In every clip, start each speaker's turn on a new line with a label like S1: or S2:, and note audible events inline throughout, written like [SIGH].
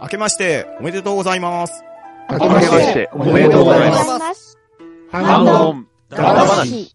S1: 明けまして、おめでとうございます。
S2: 明。
S3: けましておめでとうございますハンドン、
S2: ダ
S3: ダ
S2: ラ
S3: ラ
S2: 話
S3: 話。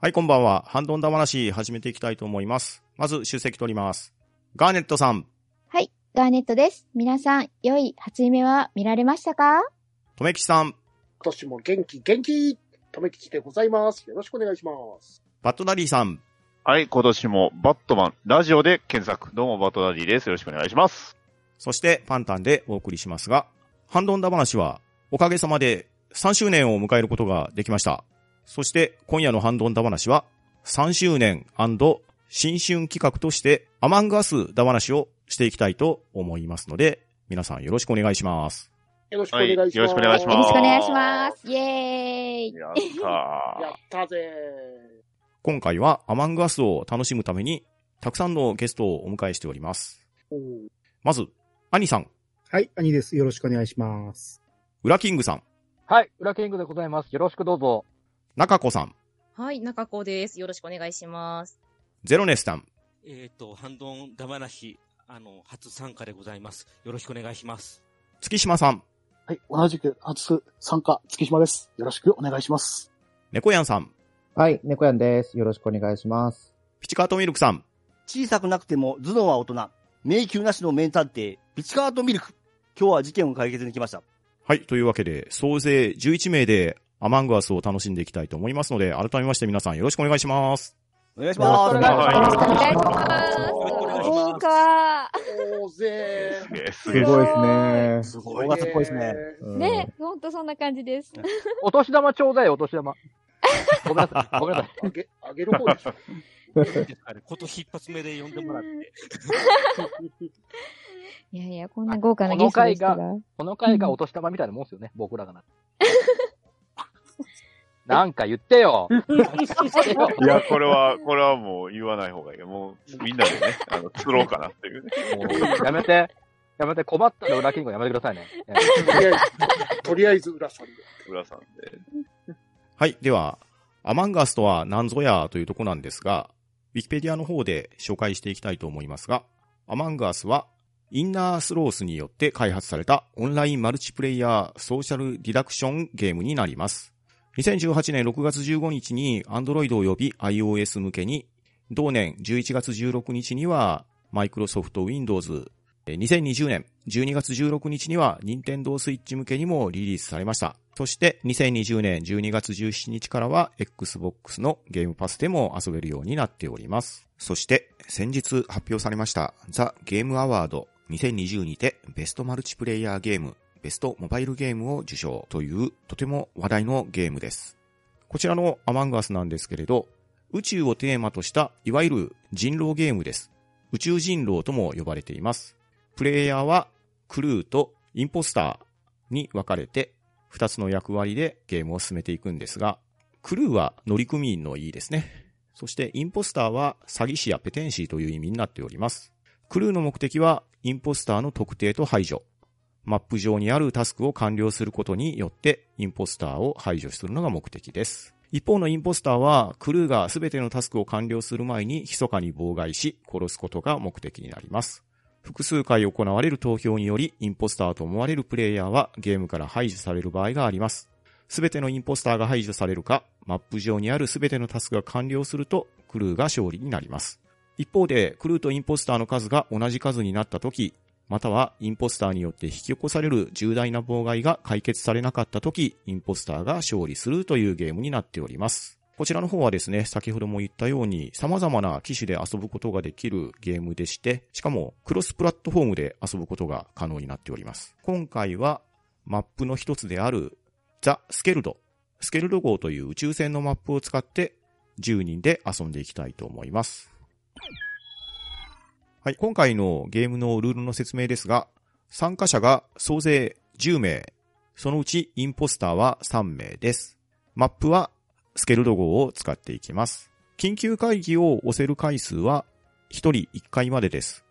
S1: はい、こんばんは。ハンドンダ話始めていきたいと思います。まず、出席取ります。ガーネットさん、
S2: はい、ガーネットです。皆さん、良い初夢は見られましたか
S1: とめきちさん、
S4: 今年も元気元気とめきちでございます。よろしくお願いします。
S1: バットダリーさん、
S3: はい、今年もバットマン、ラジオで検索。どうも、バットダディです。よろしくお願いします。
S1: そしてパンタンでお送りしますが、ハンドンダ話は、おかげさまで3周年を迎えることができました。そして、今夜のハンドンダ話は、3周年新春企画として、アマンガスダ話をしていきたいと思いますので、皆さんよろしくお願いします。
S4: よろしくお願いします。
S3: はいよろしくお願いし
S2: よ
S3: ま
S2: ろ
S3: す
S2: しくお願いします。イェーイ
S3: やった
S4: やったぜ [LAUGHS]
S1: 今回はアマングアスを楽しむために、たくさんのゲストをお迎えしております。
S4: ー。うん
S1: まず、アニさん、
S5: はい、兄です。よろしくお願いします。
S1: ウラキングさん、
S6: はい、裏キングでございます。よろしくどうぞ。
S1: 中子さん、
S7: はい、中子です。よろしくお願いします。
S1: ゼロネスさん、
S8: えっ、と、ハンドンダマなし、あの、初参加でございます。よろしくお願いします。
S1: 月島さん、
S9: はい、同じく初参加、月島です。よろしくお願いします。
S1: 猫やんさん、
S10: はい、猫やんです。よろしくお願いします。
S1: ピチカートミルクさん、
S11: 小さくなくても頭脳は大人。迷宮なしの名探偵、ピチカートミルク。今日は事件を解決に来ました。
S1: はい。というわけで、総勢11名でアマングアスを楽しんでいきたいと思いますので、改めまして皆さんよろしくお願いします。
S11: お願いし
S2: よ
S11: ま
S2: ろ
S11: す。
S2: しくお願いします。
S3: よろしくお願い
S8: ます
S3: し
S2: 豪華
S4: 大勢
S3: ー。えす
S10: す
S3: げえ。
S10: ごいですね。
S11: すごい。大型っぽいですね。
S10: うん
S2: ね、ほんとそんな感じです。
S6: お年玉ちょうだい、お年玉。ごめんなさい、ごめんなさい。
S4: あげ、あげる方でしょ。
S8: いいですかね今年一発目で呼んでもらって。
S2: いやいや、こんな豪華なゲストでした
S6: こ
S2: が。
S6: この回がお年玉みたいなもんですよね、僕らがな。なんか言ってよ。
S3: [LAUGHS] いや、これは、これはもう言わない方がいい。もう、みんなでね、あの、釣ろうかなっていうね。
S6: もうやめて。やめて、困ったら裏キングはやめてくださいね。ええ
S4: とりあえず、とりあえず浦さんで。
S3: 浦さんで。
S1: はい。では、アマングアスとは何ぞやというとこなんですが、ウィキペディアの方で紹介していきたいと思いますが、アマングアスは、インナースロースによって開発されたオンラインマルチプレイヤーソーシャルディダクションゲームになります。2018年6月15日に Android 及び iOS 向けに、同年11月16日には Microsoft Windows、えー2020年12月16日には Nintendo Switch 向けにもリリースされました。そして2020年12月17日からは Xbox のゲームパスでも遊べるようになっております。そして先日発表されましたザ・ゲームアワード2020にてベストマルチプレイヤーゲーム、ベストモバイルゲームを受賞というとても話題のゲームです。こちらのアマンガスなんですけれど、宇宙をテーマとしたいわゆる人狼ゲームです。宇宙人狼とも呼ばれています。プレイヤーはクルーとインポスターに分かれて2つの役割でゲームを進めていくんですが、クルーは乗組員の E ですね。そしてインポスターは詐欺師やペテンシーという意味になっております。クルーの目的はインポスターの特定と排除。マップ上にあるタスクを完了することによってインポスターを排除するのが目的です。一方のインポスターはクルーが全てのタスクを完了する前に密かに妨害し殺すことが目的になります。複数回行われる投票により、インポスターと思われるプレイヤーはゲームから排除される場合があります。すべてのインポスターが排除されるか、マップ上にあるすべてのタスクが完了すると、クルーが勝利になります。一方で、クルーとインポスターの数が同じ数になった時、またはインポスターによって引き起こされる重大な妨害が解決されなかった時、インポスターが勝利するというゲームになっております。こちらの方はですね、先ほども言ったように様々な機種で遊ぶことができるゲームでして、しかもクロスプラットフォームで遊ぶことが可能になっております。今回はマップの一つであるザ・スケルド、スケルド号という宇宙船のマップを使って10人で遊んでいきたいと思います。はい、今回のゲームのルールの説明ですが、参加者が総勢10名、そのうちインポスターは3名です。マップはスケルド号を使っていきます。緊急会議を押せる回数は1人1回までです。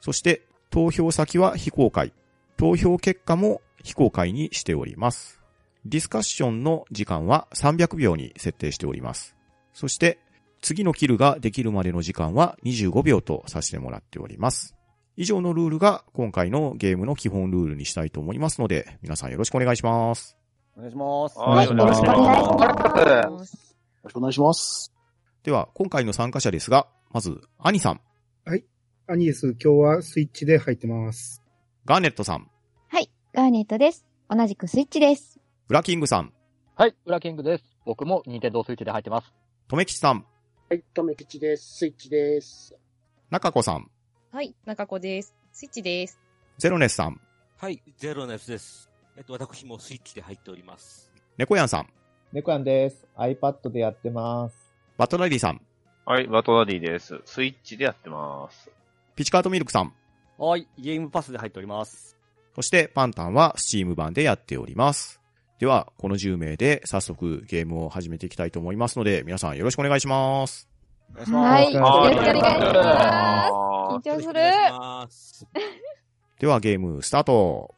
S1: そして投票先は非公開。投票結果も非公開にしております。ディスカッションの時間は300秒に設定しております。そして次のキルができるまでの時間は25秒とさせてもらっております。以上のルールが今回のゲームの基本ルールにしたいと思いますので、皆さんよろしくお願いします。
S11: お願いします。
S3: はい
S2: よろしくお願いします。
S9: ろしくお願いします。
S1: では、今回の参加者ですが、まず、アニさん、
S5: 兄です。今日はスイッチで入ってます。
S1: ガーネットさん、
S2: はい、ガーネットです。同じくスイッチです。
S1: ブラキングさん、
S6: はい、ウラキングです。僕も任天堂スイッチで入ってます。
S1: とめきちさん、
S4: はい、とめきちです。スイッチです。
S1: 中子さん、
S7: はい、中子です。スイッチです。
S1: ゼロネスさん、
S8: はい、ゼロのやつです。えっと、私もスイッチで入っております。
S1: 猫やんさん、
S10: 猫やんです。iPad でやってます。
S1: バトラリーさん、
S3: はい、バトダディです。スイッチでやってます。
S1: ピチカートミルクさん、
S11: はい、ゲームパスで入っております。
S1: そしてパンタンは Steam 版でやっております。では、この10名で早速ゲームを始めていきたいと思いますので、皆さんよろしくお願いします。
S11: お願いします。
S2: はい、よろ
S3: はい
S2: しくお願いします。
S3: あ
S2: 緊張す
S8: よろしくお
S2: る。
S8: 願いします。
S1: では、ゲームスタート。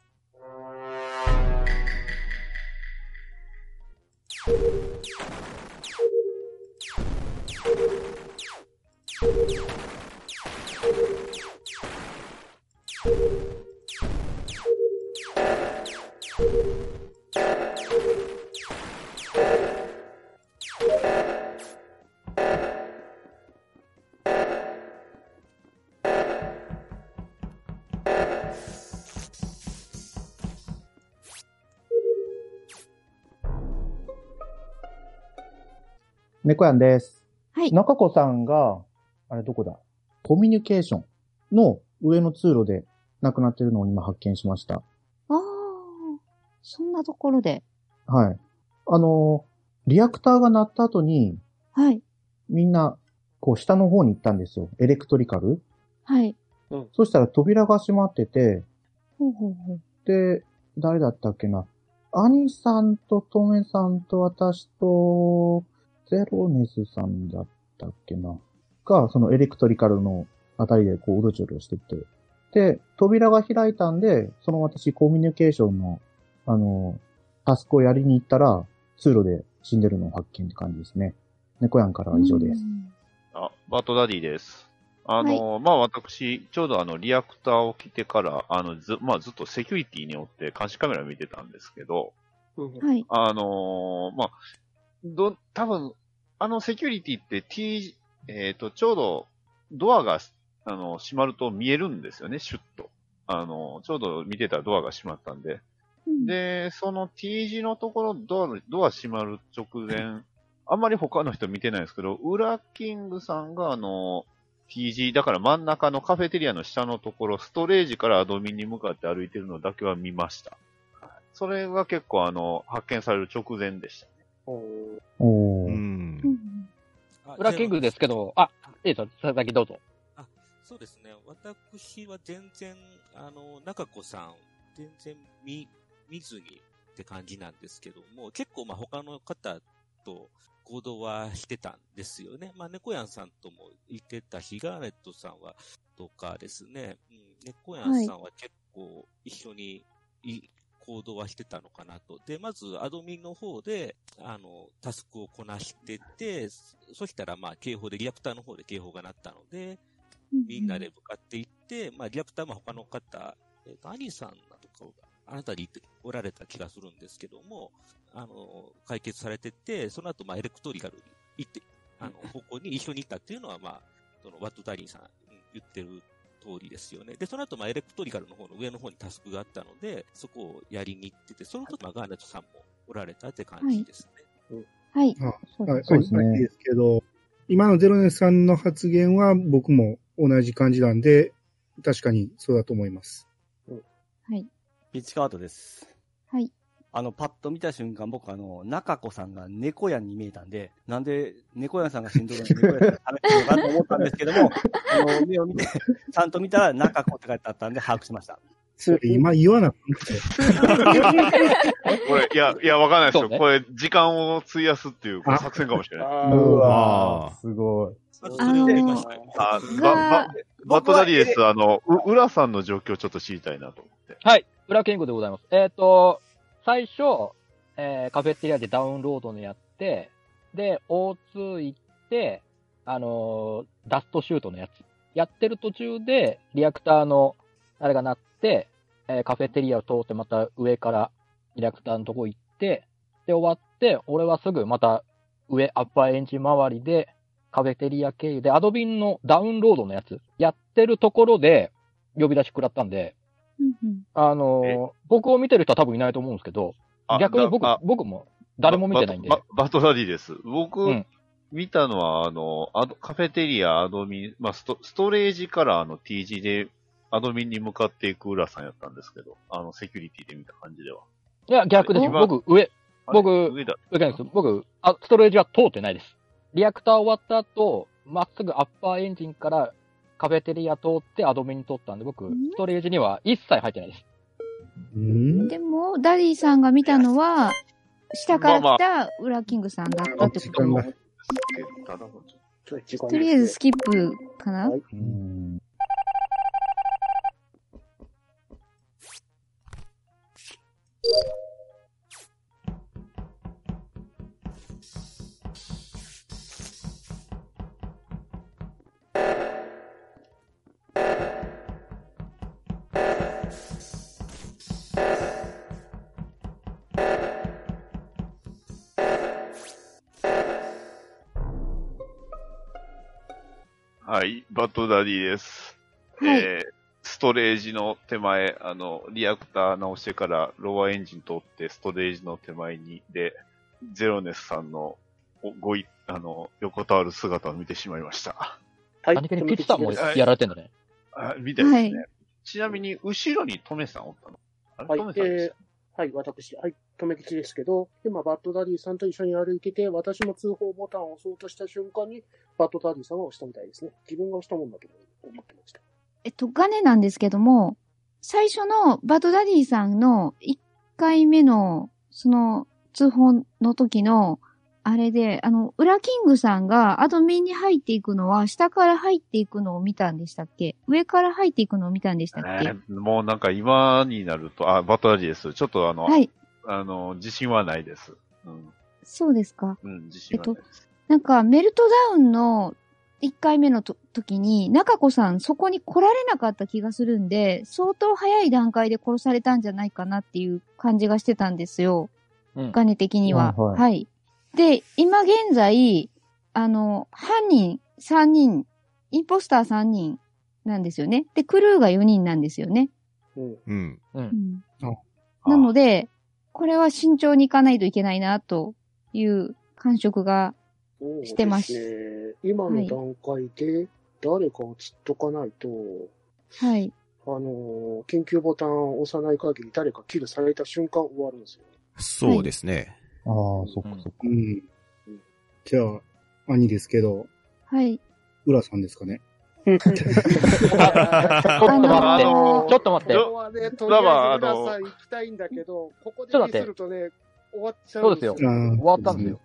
S10: 猫やんです。
S2: はい
S10: 中子さんが、あれどこだコミュニケーションの上の通路で亡くなってるのを今発見しました。
S2: ああ、そんなところで。
S10: はい。あのー、リアクターが鳴った後に、
S2: はい、
S10: みんな、こう下の方に行ったんですよ。エレクトリカル。
S2: はい。
S10: そしたら扉が閉まってて、
S2: ほうほうほう。
S10: で、誰だったっけな。兄さんとトメさんと私と、ゼロネスさんだったっけな。が、そのエレクトリカルのあたりでこう、うろちょろしてて。で、扉が開いたんで、その私コミュニケーションの、あの、タスクをやりに行ったら、通路で死んでるのを発見って感じですね。猫やんからは以上です。
S3: あ、バトダディです。あの、まあ、私、ちょうどあの、リアクターを着てから、あの、ず、まあ、ずっとセキュリティによって監視カメラ見てたんですけど、
S4: うん
S2: はい。
S3: あのーまあ、ど、多分あのセキュリティって T、えっ、と、ちょうどドアが、あの、閉まると見えるんですよね、シュッと。あの、ちょうど見てたドアが閉まったんで。
S2: うん、
S3: で、その T 字のところ、ドアの、ドア閉まる直前、あんまり他の人見てないですけど、ウラキングさんがあの、T 字、だから真ん中のカフェテリアの下のところ、ストレージからアドミンに向かって歩いてるのだけは見ました。はいそれが結構あの、発見される直前でしたね。
S4: うん
S10: お
S1: う
S10: ー。
S1: ん
S2: う。ん
S8: あ
S6: ウラキングですけ。ど、あ、いいですよ、佐々木どうぞ。
S8: そうですね。私は全然、あの、中子さん、全然見、見ずにって感じなんですけども、結構、まあ、他の方と行動はしてたんですよね。まあ、猫やんさんともいてたし、ガーネットさんは、とかですね。うん、猫やんさんは結構一緒にい、行動はしてたのかなと。で、まず、アドミンの方で、あの、タスクをこなしてて、そそしたら、まあ、警報で、リアクターの方で警報が鳴ったので、みんなで。向かって行って、まあ、リアクターも他の方、えっ、と、アニさんだとか、あなたにおられた気がするんですけども、あの、解決されてて、その後、まあ、エレクトリカルに行って、あの、方向に一緒に行ったっていうのは、まあ、その、ワットダリンさんうん言ってる通りですよね。で、その後、まあ、エレクトリカルの方の上の方にタスクがあったので、そこをやりに行ってて、その時、まあ、ガーネットさんもおられたって感じですね。
S2: はい。
S5: あ
S2: そう
S5: はい、
S10: そうですね
S5: はいいいですけど、今のゼロネスさんの発言は僕も同じ感じなんで、確かにそうだと思います。
S11: ピッチカートです。
S2: はい。
S11: あの、パッと見た瞬間、僕、あの、中子さんが猫やんに見えたんで、なんで猫やんさんが心臓が猫やんさんが話してるのか
S5: [LAUGHS]
S11: と思ったんですけども、あの、目を見て、ちゃんと見たら中子って書いてあったんで、把握しました。
S5: それ今言わなくて。
S3: これ、いや、いや、わかんないですよ。
S5: そうね
S3: これ、時間を費やすっていう、これ作戦かもしれない。
S10: うわーすごい。
S3: あバババットダディです。あの、う浦さんの状況ちょっと知りたいなと。
S12: はい、裏健吾でございます。えっ、と、最初、えーカフェテリアでダウンロードのやって、で、O2 行って、あのーダストシュートのやつ。やってる途中で、リアクターの、あれが鳴って、えーカフェテリアを通って、また上からリアクターのとこ行って、で、終わって、俺はすぐまた上、アッパーエンジン周りで、カフェテリア経由で、アドビンのダウンロードのやつ、やってるところで、呼び出し食らったんで、あのー僕を見てる人は多分いないと思うんですけど、逆に僕、僕も誰も見てないんで
S3: バ。ババトダディです。僕、
S12: うん
S3: 見たのは、あの、アドカフェテリア、アドミン、まあスト、ストレージからあの TG で、アドミンに向かっていく浦さんやったんですけど、あの、セキュリティで見た感じでは。
S12: いや、逆です。
S3: 今
S12: 僕、上、僕、
S3: 上だ
S12: 上です。僕、あストレージは通ってないです。リアクター終わった後、まっすぐアッパーエンジンからカフェテリア通ってアドミン通ったんで、僕、ストレージには一切入ってないです。
S2: でも、ダディさんが見たのは、下から来たウラキングさんだったってこと。とりあえずスキップかな、
S3: はい、バットダディです。えーストレージの手前、あの、リアクター直してから、ロワーエンジン通って、ストレージの手前に、で、ゼロネスさんの、おごい、あの、横たわる姿を見てしまいました。
S12: はい何気にピッチさんもやられてんだね。
S3: あ、見てですね。ちなみに、後ろにトメさんおったのあれ、
S4: はい
S3: トメ、さんでし
S4: えー、はい、私、はい、留吉ですけど、今、バッドダディさんと一緒に歩いてて、私も通報ボタンを押そうとした瞬間に、バッドダディさんが押したみたいですね。自分が押したもんだと思ってました。
S2: えっと、ガネなんですけども、最初のバトダディさんの1回目の、その通報の時の、あれで、あの、ウラキングさんがアドミンに入っていくのは、下から入っていくのを見たんでしたっけ上から入っていくのを見たんでしたっけ、
S3: たっけもうなんか今になると、あ、バットダディです。ちょっとあの、
S2: はい
S3: あの、自信はないです。うん、
S2: そうですか。
S3: うん、自信
S2: えっ
S3: はない
S2: と
S3: です。、
S2: なんか、メルトダウンの1回目のと時に、中子さんそこに来られなかった気がするんで、相当早い段階で殺されたんじゃないかなっていう感じがしてたんですよ。ガネ的には。
S13: うんはい
S2: はい。で、今現在、あの、犯人3人、インポスター3人なんですよね。で、クルーが4人なんですよね。
S1: うん。
S2: うん。なので、これは慎重にいかないといけないな、という感触が
S4: そうです
S2: してます
S4: ね。今の段階で、誰かを釣っとかないと、
S2: はい。
S4: あのー、緊急ボタンを押さない限り、誰かキルされた瞬間終わるんですよ。
S1: そうですね。
S10: ああ、そっかそっか。
S5: うん。じゃあ、兄ですけど、
S2: はい。
S5: 浦さんですかね。
S12: ちょっと待って、ち
S5: [LAUGHS]
S12: ょっと待って。
S4: ここはね、とり
S12: だ
S4: あ
S12: わ
S4: え
S12: あ
S4: ず
S12: の
S4: 浦さん行きたいんだけど、ここで
S12: ちょっと
S4: ミ
S12: 待って
S4: スるとね、終わっちゃ
S12: そううんですよ。
S4: よ
S12: 終わったんですよ。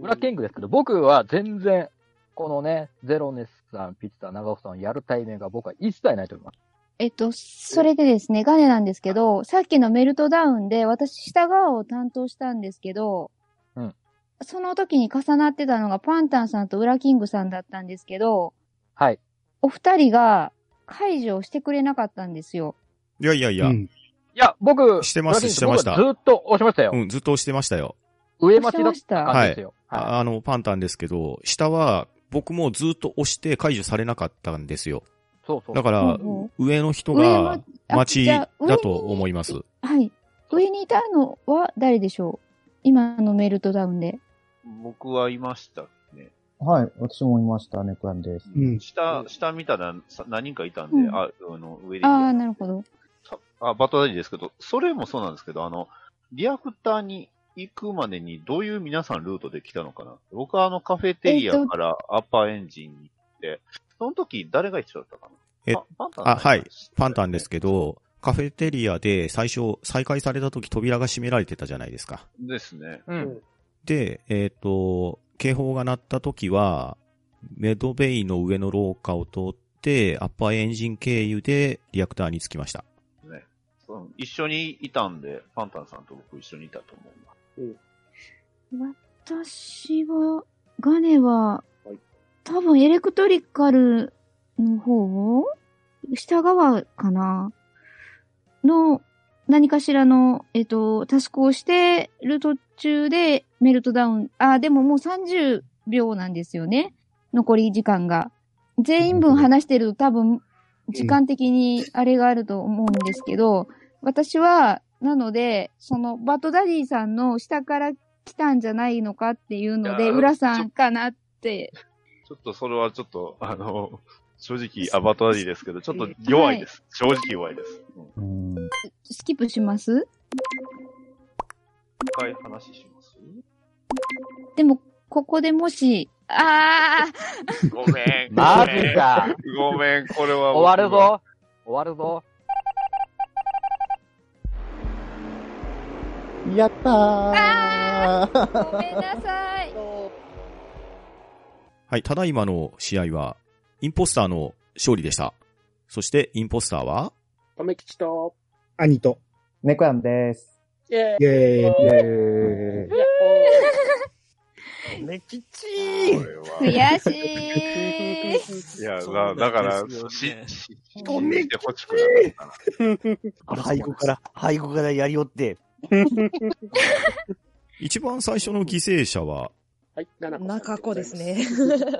S12: 裏キングですけど、僕は全然、このね、ゼロネスさん、ピッツさん、長尾さんやるタイミングが僕は一切ないと思います。
S2: えっと、それでですね、ガネなんですけど、さっきのメルトダウンで私下側を担当したんですけど、
S12: うん。
S2: その時に重なってたのがパンタンさんとウラキングさんだったんですけど、
S12: はい。
S2: お二人が解除をしてくれなかったんですよ。
S1: いやいやいや。
S12: いや、僕、
S1: してます、してました。
S12: 僕はずっと押しましたよ。
S1: うん、ずっと押してましたよ。
S12: 上町だった感じですよ。
S1: はい。ああの、パンタンですけど、下は、僕もずっと押して解除されなかったんですよ。
S12: そうそう。
S1: だから
S2: うんうん、
S1: 上の人
S2: 上
S1: が
S2: はあ
S1: 待ち
S2: じゃ
S1: だ
S2: あ
S1: と思います。
S2: はい。上にいたのは誰でしょう今のメルトダウンで。
S3: 僕はいましたね。
S10: はい、私もいました、ネクアンです。
S3: 下、下見たらさ何人かいたんで、
S2: うん
S3: あ、あの、上で。
S2: ああ、なるほど。
S3: あ、バトダディですけど、それもそうなんですけど、あの、リアクターに行くまでにどういう皆さんルートで来たのかな僕はあのカフェテリアからアッパーエンジンに行って、その時誰が一緒だったかな
S1: え
S3: パンタンさん
S1: あ、はい。パンタンですけど、カフェテリアで最初、再開された時扉が閉められてたじゃないですか。
S3: ですね。
S12: うん。
S1: で、えっ、と、警報が鳴った時は、メドベイの上の廊下を通って、アッパーエンジン経由でリアクターに着きました。
S3: ねその一緒にいたんで、パンタンさんと僕一緒にいたと思うな。
S2: 私は、ガネは、多分エレクトリカルの方下側かなの、何かしらの、えっ、と、タスクをしてる途中でメルトダウン。あ、でももう30秒なんですよね。残り時間が。全員分話してると多分、時間的にあれがあると思うんですけど、私は、なので、その、バトダディさんの下から来たんじゃないのかっていうの
S3: い
S2: で、
S3: やー
S2: 浦さんかなって。
S3: ちょっとそれはちょっと、あの、正直アバターリーですけど、ちょっと弱いです。正直弱いです。うん
S2: スキップします
S3: 一回話します
S2: でも、ここでもし、ああ
S3: ごめん。
S12: [LAUGHS] マジか
S3: ごめん、これは僕が
S12: 終わるぞ。終わるぞ。
S9: やった
S2: ごめんなさい。
S1: はい、ただいまの試合は、インポスターの勝利でした。そして、インポスターは、
S4: とめきちと、
S5: 兄と。
S10: 猫やんです。
S4: イェーイ
S5: イェーイ。
S10: え
S4: イェ
S11: めきち
S2: 悔し [LAUGHS] い。
S3: いや、
S11: そう
S3: だだから、
S11: です
S3: し
S11: よね、
S3: し、人にしてほしくなかったな。
S11: あの背後から、背後からやりおって。
S1: [LAUGHS] 一番最初の犠牲者は、
S4: はい、なな
S7: 中子ですね。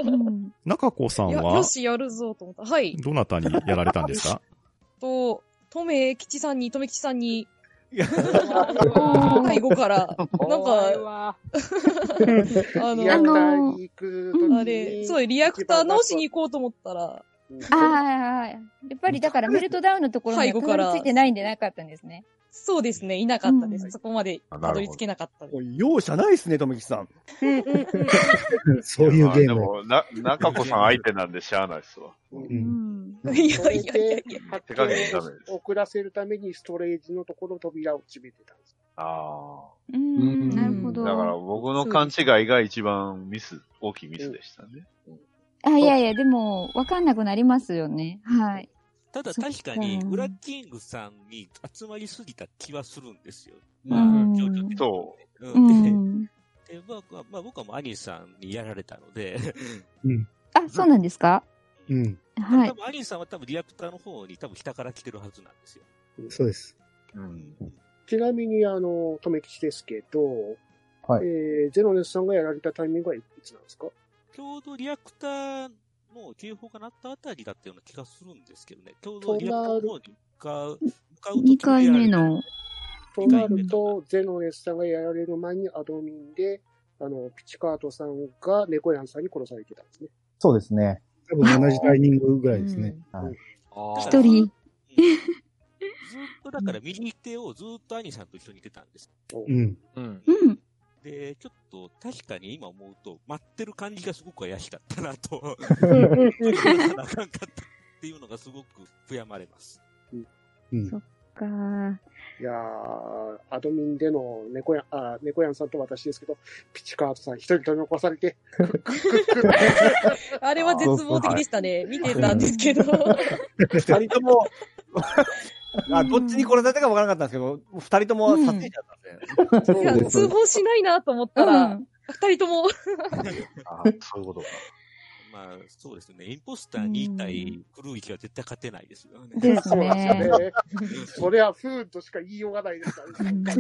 S1: [LAUGHS] 中子さん
S7: よ
S1: は
S7: よ、し、やるぞと思った。はい。
S1: どなたにやられた
S7: [LAUGHS]
S1: んですか
S7: と、とめきちさんに、とめきちさん [LAUGHS] に、最後から、なんか、
S4: [LAUGHS]
S7: あ
S12: か、
S4: リアクタ
S7: の、
S4: ーに行くとき
S7: あれ、そう、リアクター直しに行こうと思ったら、
S2: ああ、やっぱりだからメルトダウンのところに
S7: 背後から
S2: たどり着いてないんでなかったんですね。
S7: そうですね、いなかったです。そこまで
S3: あ
S7: た
S3: なるほ
S7: ど
S3: ど
S7: り着けなかったです。
S11: おい容赦ないっすね、とめきちさん。
S5: そういうゲー
S3: で
S5: ム。
S3: も、な、中子さん相手なんでしゃあないっすわ。
S7: いやい
S4: それ
S7: やいや
S4: で
S7: いや、
S4: 発
S3: 手加減
S4: 見
S3: ダ
S4: を
S3: メです
S4: 遅らせるためにストレージのところの扉を閉めてたんです。
S3: あ
S2: うーん、なるほ
S3: あ。
S2: ど。
S3: だから僕の勘違いが一番ミス、大きいミスでしたね。
S2: あ、いやいや、でも、わかんなくなりますよね。はい。
S8: ただ確かに
S2: そっ、か
S8: ウラキングさんに集まりすぎた気はするんですよ。
S3: う
S2: うん
S8: まあ、状況的に。
S3: そう
S2: うんん。
S8: [LAUGHS] で、でまあまあ、まあ、僕はもうアニーさんにやられたので、
S2: あ、そうなんですか
S5: うん。
S2: [LAUGHS] は
S8: 多
S2: い。
S8: 分アニーさんは多分リアクターの方に多分下から来てるはずなんですよ。
S5: そうです。
S3: う。うん。
S4: ちなみに、あの、とめきちですけど、
S10: はい
S4: えー、ゼロネスさんがやられたタイミングはいつなんですか
S8: ちょうどリアクターの警報が鳴ったあたりだったような気がするんですけどね。ちょうどリアクターの方に向かう、向かう
S2: 2回目の。
S4: となると、ゼノネスさんがやられる前にアドミンで、あの、ピチカートさんが猫やんさんに殺されてたんですね。
S10: そうですね。
S5: 多分同じタイミングぐらいですね。
S10: はい。
S8: 一
S2: 一人。
S8: ずっとだから右手をずっと兄さんと一緒にいてたんです。
S5: うん。
S12: うん。
S2: うん。
S8: で、ちょっと確かに今思うと、待ってる感じがすごく怪しかったな
S2: [LAUGHS]
S8: と。待ってなあかんかったっていうのがすごく悔やまれます。
S5: うん
S2: そ。か
S5: [LAUGHS]
S2: ー
S4: いやー、アドミンでの猫やん、あ、猫やんさんと私ですけど、ピチカートさん一人取り残されて、
S7: [LAUGHS] あれは絶望的でしたね。見てたんですけど。
S2: [LAUGHS]
S11: 二人とも、 [LAUGHS] あ、どっちに殺されたか分からなかったんですけど、二人とも殺人者だったんですね。
S7: いや通報しないなと思った
S2: う
S7: ら
S2: ん、
S7: 二人とも、
S3: あーそういうことか。
S8: まあ、そうですね。インポスターに対狂い気は絶対勝てないですよね。
S2: です
S3: [LAUGHS]
S4: そうなんです
S2: ね
S4: よ。ね。それは不運としか言いようがないですからね。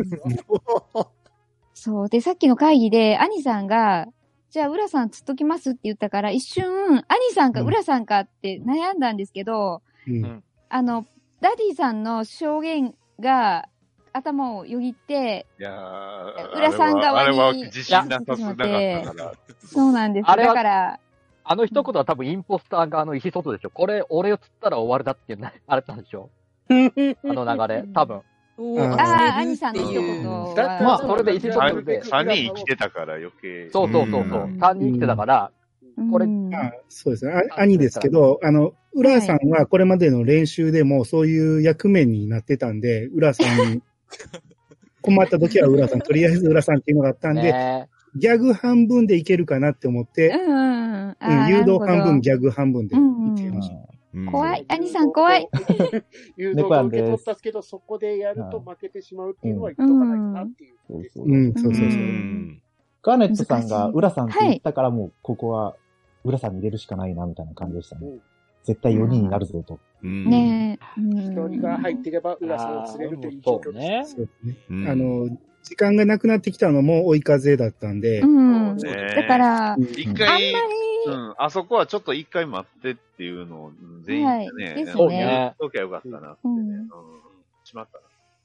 S2: そう。で、さっきの会議で、兄さんが、じゃあ、浦さん釣っときますって言ったから、一瞬、兄さんか
S5: うん
S2: 浦さんかって悩んだんですけど、
S5: うん。
S2: あの、ダディさんの証言が頭をよぎって、
S3: いやー、
S2: 浦さん
S3: あれは
S2: 側
S3: あれは
S2: に
S3: 自信なさすなかったから。
S2: そうなんです。
S12: あれは
S2: だから、
S12: あの一言は多分インポスター側の意思疎通でしょ。これ、俺を釣ったら終わりだっていうな、 [LAUGHS] あれなんでしょ。あの流れ、多分。
S7: どう
S5: あー
S2: ああ、兄
S7: 焦るって
S2: さんの一
S7: いう
S2: 言は、
S4: だって
S12: まあそれで一時
S4: だっ
S12: 取
S4: て
S12: れで
S3: 三人生きてたから余計。
S12: そうそうそうそうう。
S2: ん
S12: 三人生きてたから、
S5: これ、あそうですね。あ兄ですけど、あの、浦さんはこれまでの練習でもそういう役目になってたんで、浦さ
S2: [LAUGHS]
S5: ん、困った時は浦さん、とりあえず浦さんっていうのがあったんで、ギャグ半分でいけるかなって思って、
S2: うんうんうん。
S5: うん
S2: あー
S5: 誘導半分、。ギ
S2: なる
S5: ャグ半分でいってみました。
S2: ほど怖い。兄さん怖い。
S4: 誘導を受け取ったけど、そこでやると負けてしまうっていうのは言っとかないとなっていう。
S10: そうそう。
S5: うん、
S10: そうそう
S2: そう
S10: ガーネットさんが、
S2: 難しい
S10: 浦さんって言ったからもう、ここは、浦さんに入れるしかないな、みたいな感じでしたね。絶対4人になるぞと。
S2: ねえ。
S4: 一人が入っていれば、浦さんを釣れるという状況です。
S5: そうですね。あの、時間がなくなってきたのも追い風だったんで、
S2: うん。
S3: ね
S2: だから、
S3: 一回、うん、あそこはちょっと一回待ってっていうのをうん全員でね、
S2: はいです
S3: 言
S2: よ
S3: う
S2: ね
S3: ときゃよかったな。
S2: うん
S3: しまった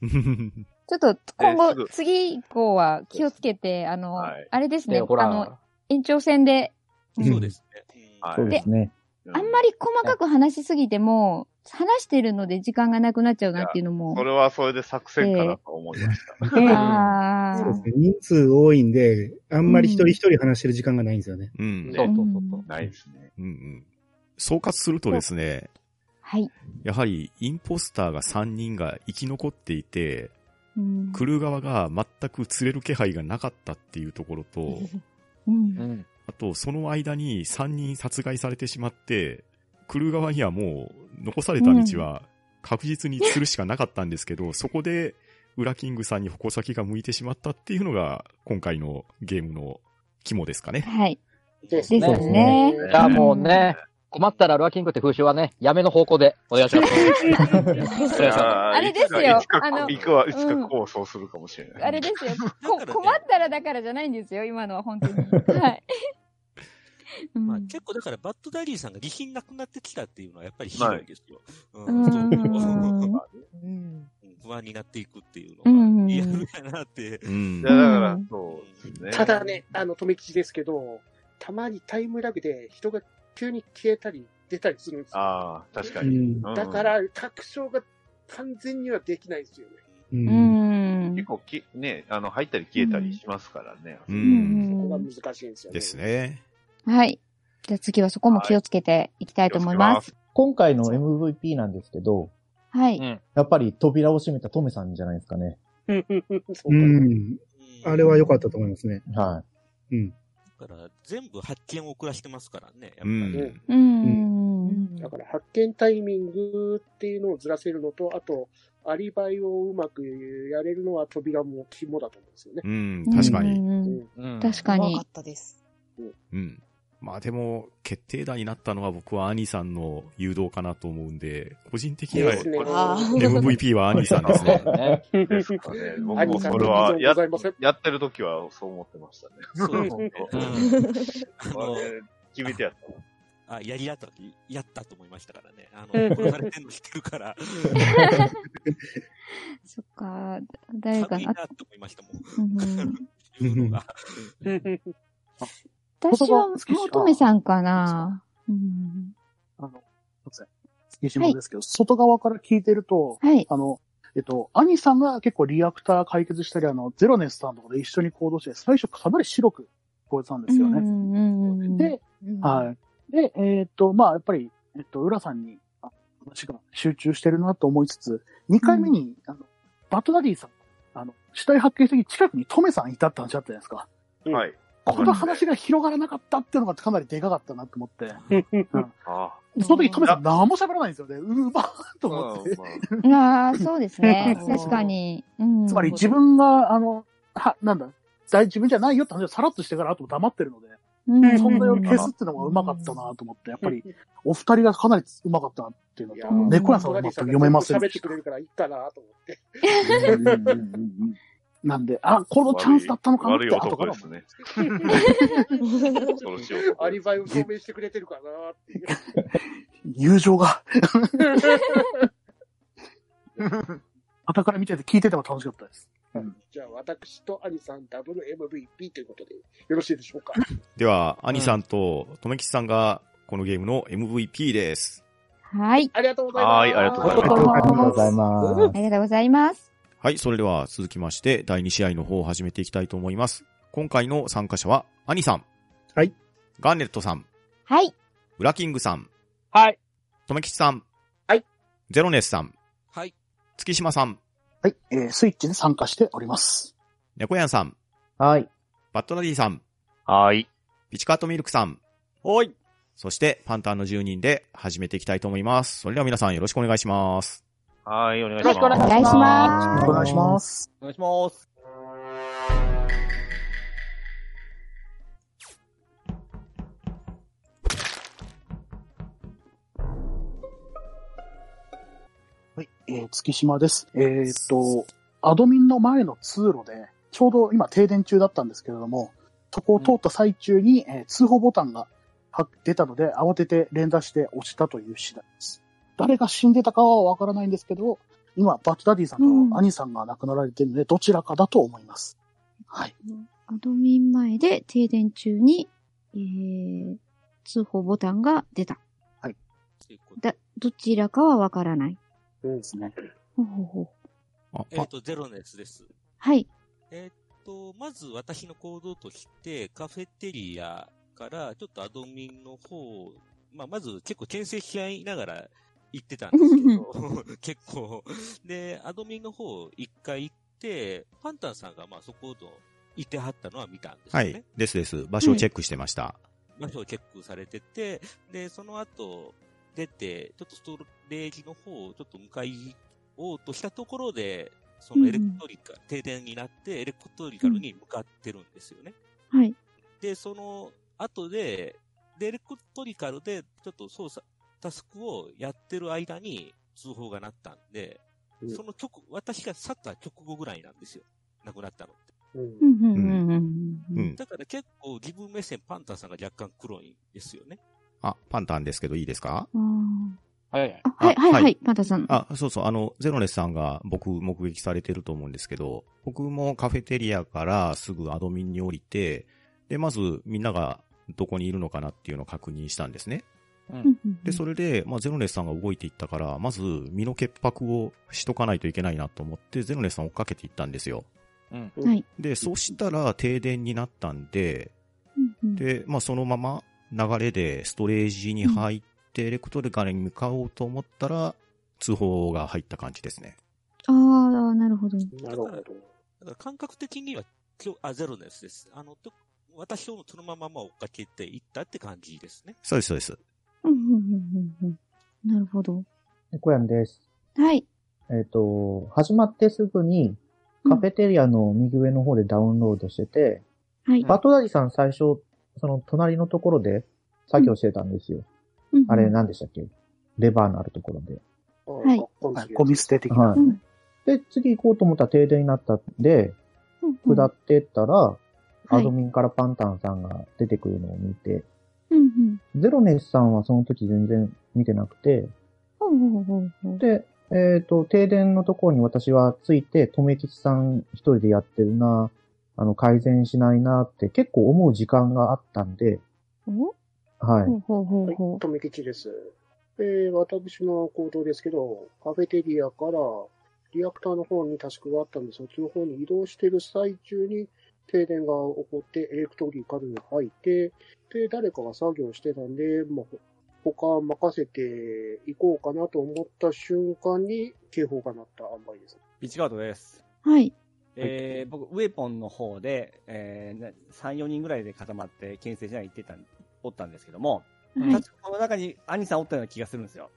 S3: な。
S2: ちょっと今
S3: えーす
S2: 後、
S3: ぐ
S2: 次以降は気をつけて、あの、あれですね、
S3: で
S2: あ
S3: ほら
S2: の、延長戦で、
S10: そうです
S3: はい
S10: そうですね。
S2: あんまり細かく話しすぎても、話してるので時間がなくなっちゃうなっていうのも
S3: そ。れはそれで作戦かなと思いまし
S2: [LAUGHS] あ
S3: た。
S5: そう
S2: あ
S5: で、すね。人数多いんで、あんまり一人一人話してる時間がないんですよね。
S1: うん。
S5: そうそうそう
S1: そう。
S3: ないですね。
S1: うんうん。総括するとですね、
S2: はい。
S1: やはりインポスターが3人が生き残っていて、
S2: うん。
S1: クルー側が全く釣れる気配がなかったっていうところと、
S2: うん。
S1: あと、その間に3人殺害されてしまって、クルー側にはもう残された道は確実に釣るしかなかったんで
S4: [LAUGHS]
S1: すけど、そこで、ウラキングさんに矛先が向いてしまったっていうのが、今回のゲームの肝ですかね。
S2: はい。
S4: です
S1: ね
S12: そうじゃあもうね、困ったらルアキングって風習はね、やめの方向でお願いします。
S3: いや
S2: あれですよ
S3: いつか
S2: あの
S3: いつかはいつか
S2: うん
S3: 構想するかもしれない。
S2: あれですよ。こ困ったらだからじゃないんですよ、今のは本当に。はい。
S8: まあ、結構だから、バッドダディさんが備品なくなってきたっていうのはやっぱりひどいですよ。
S2: う
S8: うん
S2: ん。
S8: [LAUGHS] 不安になっていくっていう
S2: うんうん
S8: のは、リアルやなって。
S1: うん
S3: いや、だから、そうですね。
S4: ただね、あの、留吉ですけど、たまにタイムラグで人が急に消えたり出たりするんですよ。
S3: ああ、確かに。うん
S4: だか、ら、確証が完全にはできないですよね。
S2: うん。
S3: 結構き、ね、あの、入ったり消えたりしますからね。
S4: そ
S1: う
S4: こ
S1: ん。
S4: が難しいんですよね。
S1: ですね。
S2: はい。じゃあ次はそこも気をつけていきたいと思います。
S10: 今回の MVP なんですけど、
S2: はい。
S10: やっぱり扉を閉めたトメさんじゃないですかね。
S5: うん。あれは良かったと思いますね。
S10: は
S5: うん。
S8: だから、全部発見を遅らしてますからね、やっぱり。
S1: うん。
S2: うん。
S4: だから、発見タイミングっていうのをずらせるのと、あと、アリバイをうまくやれるのは扉も肝だと思うんですよね。
S1: うん、確かに。
S4: に
S2: 確かに。
S7: たです。
S1: うん。まあでも、決定打になったのは僕はアニさんの誘導かなと思うんで、個人的には
S4: ですね
S1: [LAUGHS] MVP はアニさん
S3: [LAUGHS]
S1: ですね。
S3: ですかね。僕
S4: 兄
S3: も
S4: さん
S3: それは
S4: と
S3: や
S4: ございません、
S3: やってる時はそう思ってましたね。
S8: そうです
S3: [LAUGHS]
S8: ね
S3: 本
S8: う
S3: 当
S8: ん
S3: あれ決めてやったな。
S8: あ、やりやった、やったと思いましたからね。あの、殺されてんの知ってるから。
S2: そっか、誰か
S8: 寒いな
S2: な
S8: っ。て思いましたもん。
S2: うん
S8: いうのが。
S2: 私は、も
S9: 言葉
S2: うとめさんかな。うん
S9: あの、突然、月島ですけど、外側から聞いてると、あの、えっと、アニさんが結構リアクター解決したり、あの、ゼロネスさんとかで一緒に行動して、最初かなり白く聞こえてたんですよね。で、はい。で、えーっと、まあ、やっぱり、えっと、浦さんに、あ話が集中してるなと思いつつ、2回目に、あの、バトダディさん、あの、死体発見した時近くにトメさんいたって話だったじゃないですか。
S3: はい。
S9: この話が広がらなかったっていうのがかなりでかかったなと思って。
S2: [LAUGHS]
S3: あ
S9: その時、トメさん何も喋らないんですよね。うまーと思って。
S2: ああ、そうですね。確かに。うん
S9: [LAUGHS] つまり自分が、あの、は、なんだ、大自分じゃないよって話をさらっとしてから、あと黙ってるので、
S2: うん
S9: 存在を消すってのがうまかったなと思って、やっぱり、お二人がかなりうまかったなっていうのと、猫屋さんは全く読めません
S4: 喋
S9: で
S4: って
S9: し
S4: くれるからいいかなと思って。
S9: た。なんで、あ、このチャンスだったのかなっ
S3: 悪い
S9: て、後か
S3: 男
S9: ら
S3: で
S9: も
S3: すね。
S4: 恐
S3: ろしい男
S4: アリバイを証明してくれてるかなっていう。
S9: 友情が、後から見てて聞いてても楽しかったです。
S4: じゃあ、私とアリさん、ダブル MVP ということで、よろしいでしょうか。
S1: では、アニさんと、とめきちさんが、このゲームの MVP です。
S2: はい。
S4: ありがとうございます。
S1: はい、ありがとうございます。
S2: ありがとうござい
S1: ま
S2: あ。りがとうございます。
S1: はい、それでは続きまして、第2試合の方を始めていきたいと思います。今回の参加者は、アニさん。
S5: はい。
S1: ガーネットさん。
S2: はい。
S1: ウラキングさん。
S12: はい。
S1: とめきちさん。
S4: はい。
S1: ゼロネスさん。
S8: はい。
S1: 月島さん。
S9: はい。えー、スイッチに参加しております。
S1: 猫やんさん。
S10: はい。
S1: バットダディさん。
S3: はい。
S1: ピチカートミルクさん。
S11: はい。
S1: そして、パンタンの住人で始めていきたいと思います。それでは皆さんよろしくお願いします。
S3: はい、お願いし
S11: よ
S3: ま
S11: ろ
S3: す。
S11: しくお願いします。
S10: お願いします
S11: お願いします。
S9: はい。えー、月島です。えーっと、アドミンの前の通路で、ちょうど今停電中だったんですけれども、そこを通った最中に、えー通報ボタンがは出たので、慌てて連打して押したという次第です。誰が死んでたかはわからないんですけど、今、バットダディさんとアニさんが亡くなられているので、どちらかだと思います。
S2: アドミン前で停電中に、えー、通報ボタンが出た。
S9: はい。
S2: だ、どちらかはわからない。
S9: そうですね。
S2: ほうほうほう。
S8: えっと、ゼロのやつです。
S2: はい。
S8: えーっと、まず私の行動として、カフェテリアから、ちょっとアドミンの方、まあ、まず結構牽制し合いながら行ってたんですけど、 [LAUGHS] 結構。で、アドミンの方一回行って、パンタンさんがまあそこをいてはったのは見たんです
S1: は
S8: よね。
S1: い。ですです。場所をチェックしてました。
S8: 場所をチェックされてて、で、その後、出て、ちょっとストレージの方をちょっと向かいおうとしたところで、そのエレクトリカ、停電になって、エレクトリカルに向かってるんですよね。
S2: はい。
S8: で、その後で、でエレクトリカルで、ちょっと操作、タスクをやってる間に通報が鳴ったんで、その直、私が去った直後ぐらいなんですよ。亡くなったのって。
S2: うんうんうんうんうん。
S8: だから結構自分目線パンタンさんが若干黒いんですよね。
S1: あ、パンタンですけどいいですか
S8: はいはい。
S2: あはいはいはい、パンタさん。
S1: あ、そうそう、あの、ゼロネスさんが僕目撃されてると思うんですけど、僕もカフェテリアからすぐアドミンに降りて、で、まずみんながどこにいるのかなっていうのを確認したんですね。で、それで、まあ、ゼロネスさんが動いていったから、まず身の潔白をしとかないといけないなと思って、ゼロネスさんを追っかけていったんですよ。
S12: うん。
S2: はい。
S1: で、そしたら停電になったんで、で、まあそのまま流れでストレージに入ってエレクトリカルに向かおうと思ったら、通報が入った感じですね。
S2: あー、なるほど。
S8: なるほど。だから感覚的には、今日、あ、ゼロのやつです。あの、と私をそのまままあ追っかけていったって感じですね。
S1: そうです、そうです。
S2: うんうんうんうんうん。なるほど。
S10: 猫やんです。
S2: はい。
S10: えっ、と、始まってすぐに、カフェテリアの右上の方でダウンロードしてて、
S2: はい。
S10: バトダリさん最初、その隣のところで作業してたんですよ。
S2: うん
S10: あれ何でしたっけレバーのあるところで。
S9: はい。ゴミ捨て的な。
S10: はいで、次行こうと思ったら停電になったんで、下ってったら、アドミンからパンタンさんが出てくるのを見て、
S2: うんうん。
S10: ゼロネスさんはその時全然見てなくて、
S2: ほうほうほうほう。
S10: で、えっ、と、停電のところに私はついて、とめきちさん一人でやってるな、あの、改善しないなって結構思う時間があったんで、
S2: お
S10: はい。
S2: ほうほうほうほ
S4: う。とめきちです。えー私の行動ですけど、カフェテリアからリアクターの方にタスクがあったんで、そっちの方に移動してる最中に停電が起こってエレクトリカルに入って、で、誰かが作業してたんで、まあ、ほ他任せていこうかなと思った瞬間に警報が鳴ったあんまりです。
S11: ピッチカードです。
S2: はい。
S11: えー、僕、ウェポンの方で、えー、な3、4人ぐらいで固まって、牽制しない行ってたん、おったんですけども、
S2: はい
S11: 立ちこの中に兄さんおったような気がするんですよ。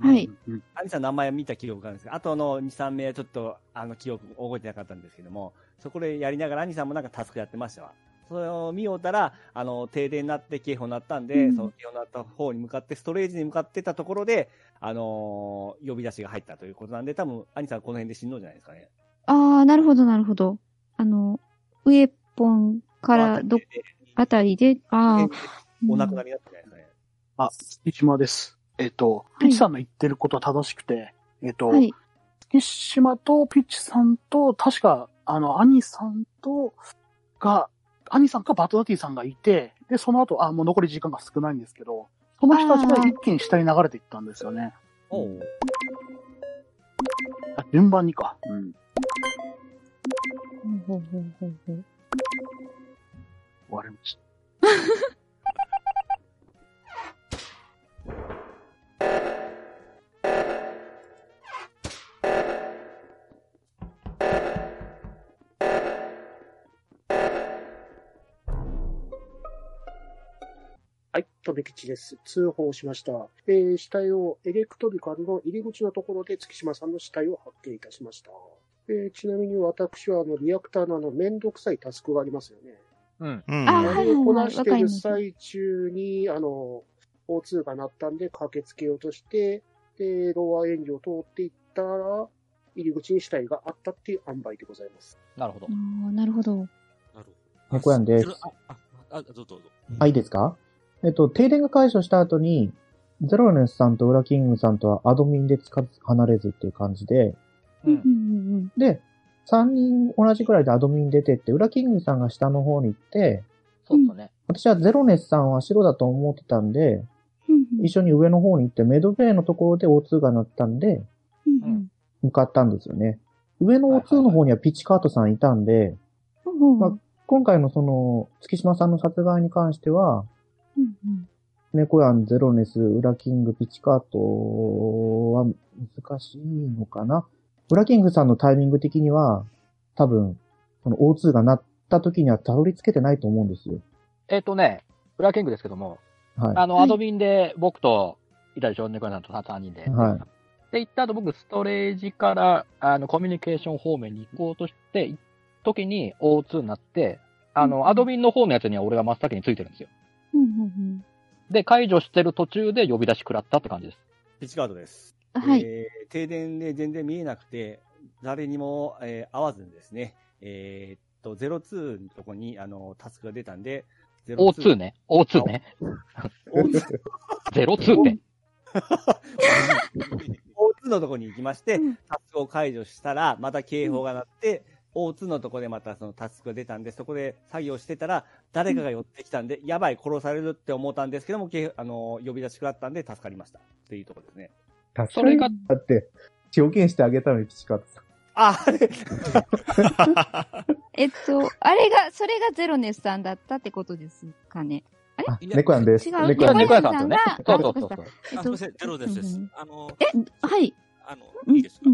S2: はい。
S11: 兄さんの名前見た記憶があるんですけど、あとの2、3名はちょっと、あの、記憶覚えてなかったんですけども、そこでやりながら兄さんもなんかタスクやってましたわ。それを見ようたら、あの、停電になって警報になったんで、
S12: うん
S11: その警報になった方に向かって、ストレージに向かってたところで、あのー呼び出しが入ったということなんで、多分、兄さんはこの辺で死んのんじゃないですかね。
S2: あー、なるほど、なるほど。あの、ウエポンからど、あたりで、あー。
S11: お亡くなりになったんじゃないですかね。
S9: あ、月島です。えっ、と、ピッチさんの言ってることは正しくて、えっ、と、
S2: はい
S9: 月島とピッチさんと、確か、あの、兄さんと、が、兄さんかバトダティさんがいて、で、その後、あ、もう残り時間が少ないんですけど、その人たちが一気に下に流れていったんですよね。あ順番にか。うん。
S2: ほうほうほうほうほう。
S9: 終わりました。
S4: はい、飛び吉です。通報しました。えー、死体をエレクトリカルの入り口のところで月島さんの死体を発見いたしました。えー、ちなみに私はあのリアクターのあのめんどくさいタスクがありますよね。
S12: うん。
S1: うん。
S4: あれをこなして
S2: はいはいはいわかり
S4: る
S2: ます
S4: 最中に、あの、O2 が鳴ったんで駆けつけようとして、で、ロアエンジンを通っていったら、入り口に死体があったっていう塩梅でございます。
S12: なるほど。
S2: あーなるほど。
S10: 猫やんです。
S8: あ、あ、あ、どうぞどうぞ。
S10: はい、いいですかえっと、停電が解消した後に、ゼロネスさんとウラキングさんとはアドミンでつかず離れずっていう感じで、で、3人同じくらいでアドミン出てって、ウラキングさんが下の方に行って、
S12: そうだね。
S10: 私はゼロネスさんは白だと思ってたんで、一緒に上の方に行って、メドベイのところで O2 が鳴ったんで、向かったんですよね。上の O2 の方にはピッチカートさんいたんで、まあ、今回のその、月島さんの殺害に関しては、猫やん、ゼロネス、ウラキング、ピチカートは難しいのかな。ウラキングさんのタイミング的には、多分、この O2 が鳴った時にはたどり着けてないと思うんですよ。
S12: えっ、とね、ブラキングですけども、
S10: はい。
S12: あの、アドミンで僕と、いたでしょ、ネコヤさんと3人で。
S10: はい。
S12: で、行った後僕、ストレージから、あの、コミュニケーション方面に行こうとして、時に O2 になって、あの、アドミンの方のやつには俺が真っ先についてるんですよ。
S2: うんうん
S12: で、解除してる途中で呼び出し食らったって感じです。
S11: ピッチカードです。
S2: はい
S11: えー停電で全然見えなくて、誰にも、えー会わずにですね、えーっと、02のとこに、あの、タスクが出たんで、
S12: O2 ね。O2 ね。02って。
S11: O2 のとこに行きまして、タスクを解除したら、また警報が鳴って、O2 のとこでまたそのタスクが出たんで、そこで作業してたら、誰かが寄ってきたんで、やばい、殺されるって思ったんですけども、警あの、呼び出し食らったんで助かりました。っていうところですね。
S10: それが。だって、表現してあげたのにピチカートさん。
S11: あ、あれ
S2: えっと、あれが、それがゼロネスさんだったってことですかね。
S10: あ、猫やんです。
S2: 違う
S10: 猫やんです。
S2: 猫やんさんが
S10: そう
S2: あ
S10: そう
S2: そ
S10: そうう
S2: かそ
S10: そ
S2: ううか。
S8: あ、すみません、ゼロですです。あの、
S2: え、はい。
S8: あの、
S2: いいですか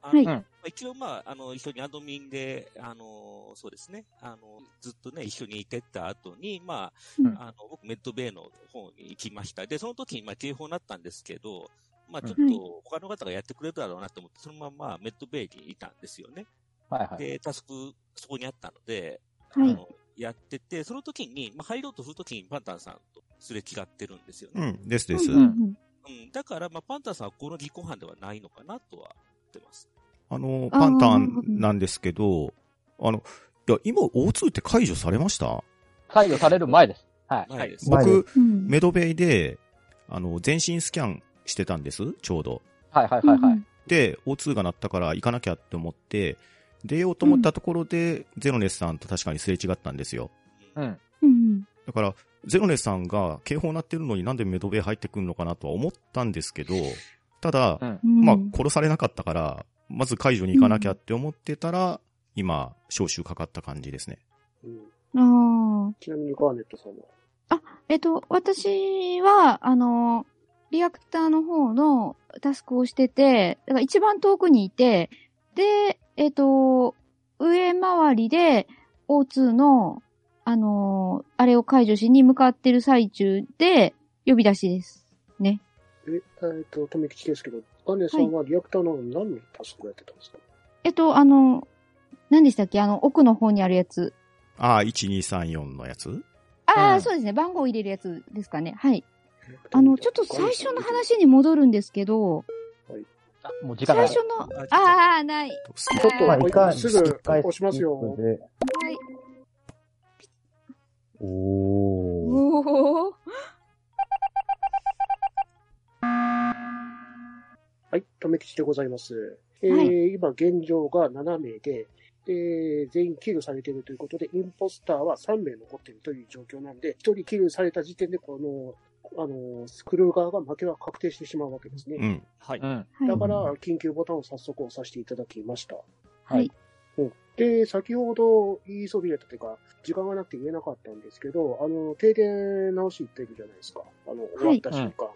S8: あ
S2: は
S8: の
S2: い
S8: まあ、一応、まあ、あの、一緒にアドミンで、あの、そうですね、あの、ずっとね、一緒にいてった後に、まあ、
S2: うん
S8: あの、僕、メッドベイの方に行きました。で、その時に、まあ、警報になったんですけど、まあ、ちょっ
S2: はい
S8: と、他の方がやってくれるだろうなと思って、そのまま、メッドベイにいたんですよね。
S12: はいはい。
S8: で、タスク、そこにあったので、
S2: はい
S8: あの、やってて、その時に、まあ、入ろうとする時に、パンタンさんとすれ違ってるんですよ
S1: う
S8: ね。
S1: ん、ですです。
S8: うん、だから、まあ、パンタンさんはこの実行犯ではないのかなとは思ってます。
S1: あの、
S8: あー
S1: パンタ
S8: なるほ
S1: ン
S8: ど
S1: なんですけど、あの、いや、今 O2 って解除されました
S12: 解除される前です。はい。
S8: はい。
S1: 僕、
S12: うん
S1: メドベイで、あの、全身スキャンしてたんです、ちょうど。
S12: はいはいはいはい。
S1: で、O2 が鳴ったから行かなきゃって思って、出ようと思ったところで、ゼロネスさんと確かにすれ違ったんですよ。
S12: うん。
S2: うん
S1: だから、ゼロネスさんが警報鳴ってるのになんでメドベイ入ってくるのかなとは思ったんですけど、ただ、
S2: うん
S1: まあ、殺されなかったから、まず解除に行かなきゃって思ってたら、今、招集かかった感じですね。
S2: ああ。
S4: ちなみにガーネットさんは
S2: えっと、私は、あの、リアクターの方のタスクをしてて、だから一番遠くにいて、で、えっと、上回りで O2 の、あの、あれを解除しに向かってる最中で、呼び出しです。ね。
S4: え、えっと、富吉ですけど、ガーネットさんはリアクターの何のタスクをやってたんですか、
S2: えっと、あの、何でしたっけあの、奥の方にあるやつ。
S1: ああ、1234のやつ
S2: ああ、
S1: うん
S2: そうですね。番号を入れるやつですかね。はい。あの、ちょっと最初の話に戻るんですけど、
S12: もう時間
S2: 最
S12: が
S2: 初の、ああ、ない。
S1: ち
S4: ょっと
S2: はい
S4: もう一回すぐ押しますよ。
S2: はい。
S10: おー。
S2: おお。
S4: はい、とめきちでございます。えー
S2: はい
S4: 今、現状が7名で、えー全員キルされているということで、インポスターは3名残っているという状況なんで、1人キルされた時点で、この、あのースクルー側が負けは確定してしまうわけですね。
S1: うん。
S11: はい。
S4: だから、緊急ボタンを早速押させていただきました。
S2: はい。
S4: うんで、先ほど言いそびれたというか、時間がなくて言えなかったんですけど、あの、停電直し行ってるじゃないですか。あの、終わった瞬間。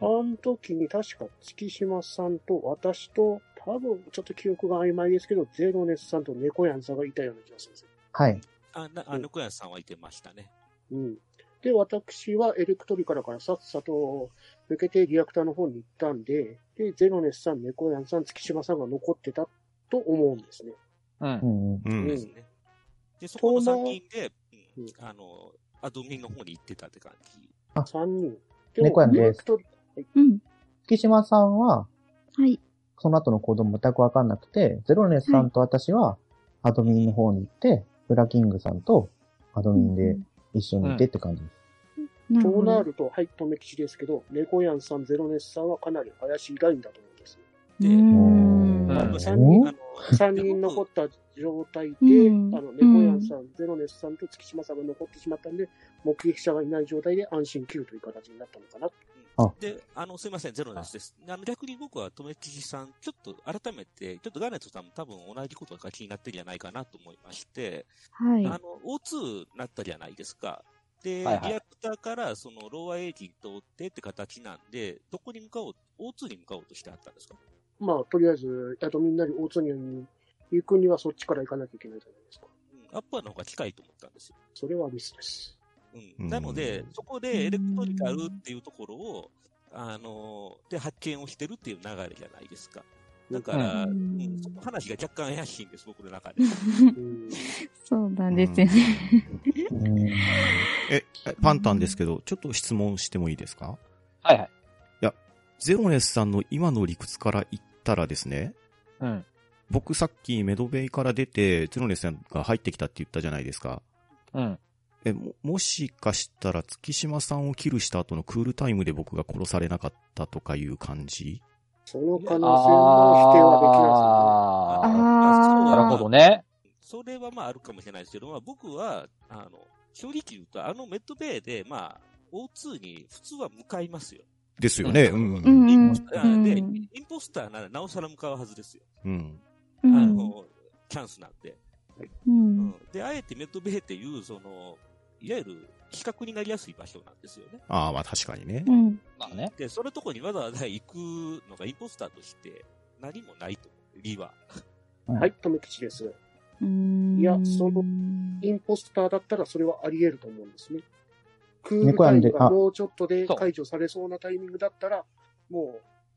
S4: あの時に確か月島さんと私と、多分ちょっと記憶が曖昧ですけど、ゼロネスさんと猫やんさんがいたような気がするんですよ。
S10: はい。
S8: あ、な、あ、ぬくやさんはいてましたね。
S4: うん。で、私はエレクトリカルからさっさと抜けてリアクターの方に行ったんで、で、ゼロネスさん、ネコヤンさん、月島さんが残ってたと思うんですね。
S10: うん。
S1: うん
S4: う
S8: で
S4: ん
S8: すね。で、そこの3人で、うんあの、アドミンの方に行ってたって感じ。
S4: 3人。
S8: も
S10: 猫やんです。
S2: うん。
S10: 月島さんは、
S2: はい。
S10: その後の行動も全くわかんなくて、ゼロネスさんと私は、アドミンの方に行って、ブラキングさんとアドミンで一緒にいてって感じです。
S4: となると、はい、とめきちですけど、ネコヤンさん、ゼロネスさんはかなり怪しいラインだと思うんです。3人、三人残った状態で、あ
S2: うん
S4: の、ネコヤンさん、ゼロネスさんと月島さんが残ってしまったんで、目撃者がいない状態で安心級という形になったのかな。
S8: で、あの、すいません、ゼロですです。あの、逆に僕は、とめきじさん、ちょっと改めて、ちょっとガーネットさんも多分同じことが気になってるんじゃないかなと思いまして、
S2: はい
S8: あの、O2 になったじゃないですか。で、
S12: はいはい
S8: リアクターから、その、ローアエージン通ってって形なんで、どこに向かおう、O2 に向かおうとしてあったんですか
S4: まあ、とりあえず、あとみんなに大津に行くにはそっちから行かなきゃいけないじゃないですか。
S8: うん、アッパーの方が近いと思ったんですよ。
S4: それはミスです。
S8: うん。なので、そこでエレクトリカルっていうところを、あの、で、発見をしてるっていう流れじゃないですか。だから、うんその話が若干怪しいんです、僕の中で。
S2: [LAUGHS] そうなんですよね。
S1: え、えパンタンですけど、ちょっと質問してもいいですか
S12: はいはい。
S1: いや、ゼロネスさんの今の理屈から言ったらですね、
S12: うん。
S1: 僕さっきメドベイから出て、ゼロネスさんが入ってきたって言ったじゃないですか。
S12: うん。
S1: え、も、もしかしたら月島さんをキルした後のクールタイムで僕が殺されなかったとかいう感じ
S4: その可能性も否定はできないですよね。
S8: あ
S12: なるほどね。
S8: それはまああるかもしれないですけど、まあ僕は、あの、正直言うと、あのメッドベイで、まあ、O2 に普通は向かいますよ。
S1: ですよね。うん。
S2: うん
S8: イ
S2: う
S8: ン
S2: ん
S8: ポスターで、インポスターならなおさら向かうはずですよ。
S1: うん。
S2: う
S8: あ
S2: ん。
S8: の、チャンスなんで。
S2: うん。
S8: で、あえてメッドベイっていう、その、いわゆる、比較になりやすい場所なんですよね。
S1: ああ、まあ確かにね。
S2: うん。
S12: まあね。
S8: で、そのとこにわざわざ行くのがインポスターとして、何もないと思う、理は。
S4: はい、とめきちです。
S2: い
S4: や、その、インポスターだったらそれはあり得ると思うんですね。クール
S10: 猫
S4: タ
S10: や
S4: イ
S10: んで
S4: ムが
S10: あ
S4: もうちょっとで解除されそうなタイミングだったら、も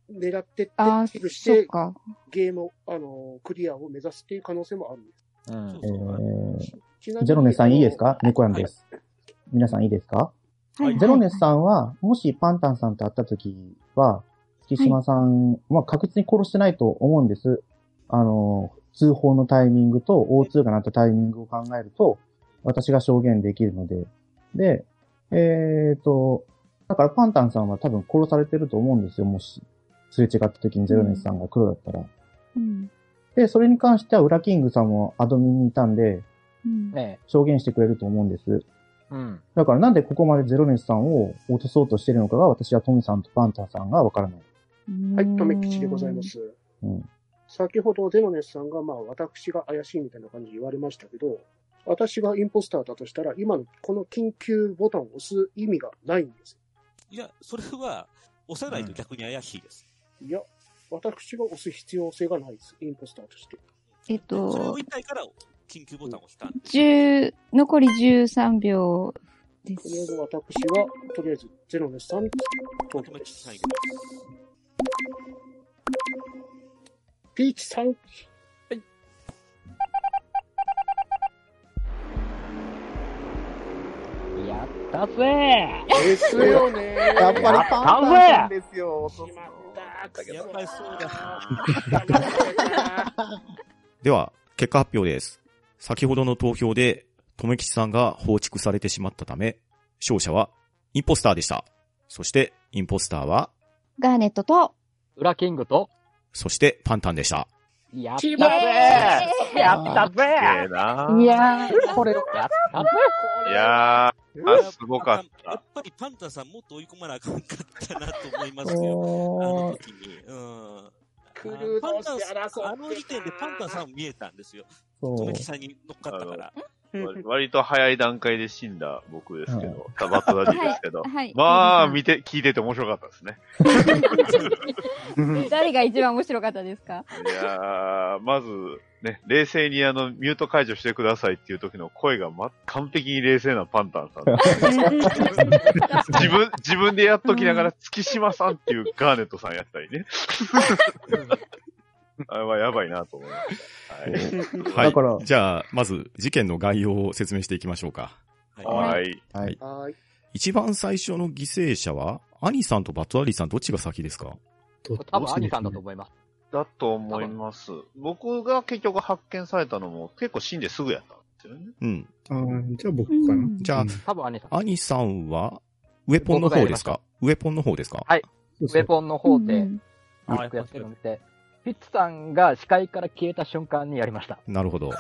S4: う狙ってって
S2: あー、
S4: キルし、
S2: そってか。
S4: ゲームを、あの、クリアを目指すっていう可能性もあるんです。
S12: うん。
S4: ち
S10: ゼロネスさんいいですか猫やん
S4: はい
S10: です。皆さんいいですか
S2: はいはい
S10: ゼロネスさんは、もしパンタンさんと会った時は、月島さん、まあ確実に殺してないと思うんです。あの、通報のタイミングと O2 がなったタイミングを考えると、私が証言できるので。で、えっ、と、だからパンタンさんは多分殺されてると思うんですよ、もし。すれ違った時にゼロネスさんが黒だったら。
S2: うん。
S10: で、それに関しては、ウラキングさんもアドミンにいたんで、
S2: うん。
S12: ね
S10: 証言してくれると思うんです。
S12: うん。
S10: だからなんでここまでゼロネスさんを落とそうとしてるのかが、私はトミさんとパンターさんがわからない。
S4: はい、とめきちでございます。
S10: うん。
S4: 先ほどゼロネスさんが、まあ、私が怪しいみたいな感じで言われましたけど、私がインポスターだとしたら、今のこの緊急ボタンを押す意味がないんです。
S8: いや、それは、押さないと逆に怪しいです。
S4: いや、私が押す必要性がないです、インポスターとして。
S2: [LAUGHS] えっ
S8: それを
S2: と
S8: 言い、たいから、緊急ボタンを押したんで
S2: 十、残り13秒で
S4: とりあえず
S2: す。
S4: 私は、とりあえずゼロネスさん、投票です。ピーチさん、
S12: やったぜ
S4: ですよね
S12: やっぱりパンタンさん
S4: ですよ、落とす
S8: すやっぱりそうだ
S1: では、結果発表です。先ほどの投票で、とめきちさんが放逐されてしまったため、勝者はインポスターでした。そして、インポスターは、
S2: ガーネットと、
S12: 裏キングと、
S1: そしてパンタンでした。
S12: やった
S2: チ
S12: ぜ
S2: ーバー
S12: やっ
S3: え
S12: たぜ
S3: えなー
S9: いやー、これ、
S12: やったぜ
S3: いやー、あ、すごかっ
S8: や
S3: た
S8: っ。ぱりパンタさんもっと追い込まなあかんかったなと思いますよ。あの
S10: お
S8: 時に。うん。
S4: クルー
S8: パン
S4: 同
S8: タ
S4: 士
S8: ン
S4: で争って
S8: さん、
S4: た
S8: あの時点でパンタンさんも見えたんですよ。
S10: そ
S8: と
S10: う
S8: め。きさんに乗っかったから。
S3: 割割と早い段階で死んだ僕ですけど、タバコダディですけど
S2: はいはい。
S3: まあ、見て、聞いてて面白かったですね。
S2: [LAUGHS] 誰が一番面白かったですか
S3: いやー、まず、ね、冷静にあの、ミュート解除してくださいっていう時の声が、ま、完璧に冷静なパンタンさん。自分、自分でやっときながら、月島さんっていうガーネットさんやったりね。あれはやばいなと思いました。はい。
S1: はい。じゃあ、まず、事件の概要を説明していきましょうか。
S3: はい。
S1: はい。一番最初の犠牲者は、アニさんとバトアリさん、どっちが先ですか
S12: 多分、兄さんだと思います。
S3: だと思います。僕が結局発見されたのも結構死んですぐやったんですよね。
S1: うん。
S5: じゃあ僕かな。
S1: じゃあ、
S12: 多分、兄さん。
S1: アニさんは、ウェポンの方ですかウェポンの方ですか
S12: はい。ウェポンの方で、あやってるんで、ピッツさんが視界から消えた瞬間にやりました。
S1: なるほど。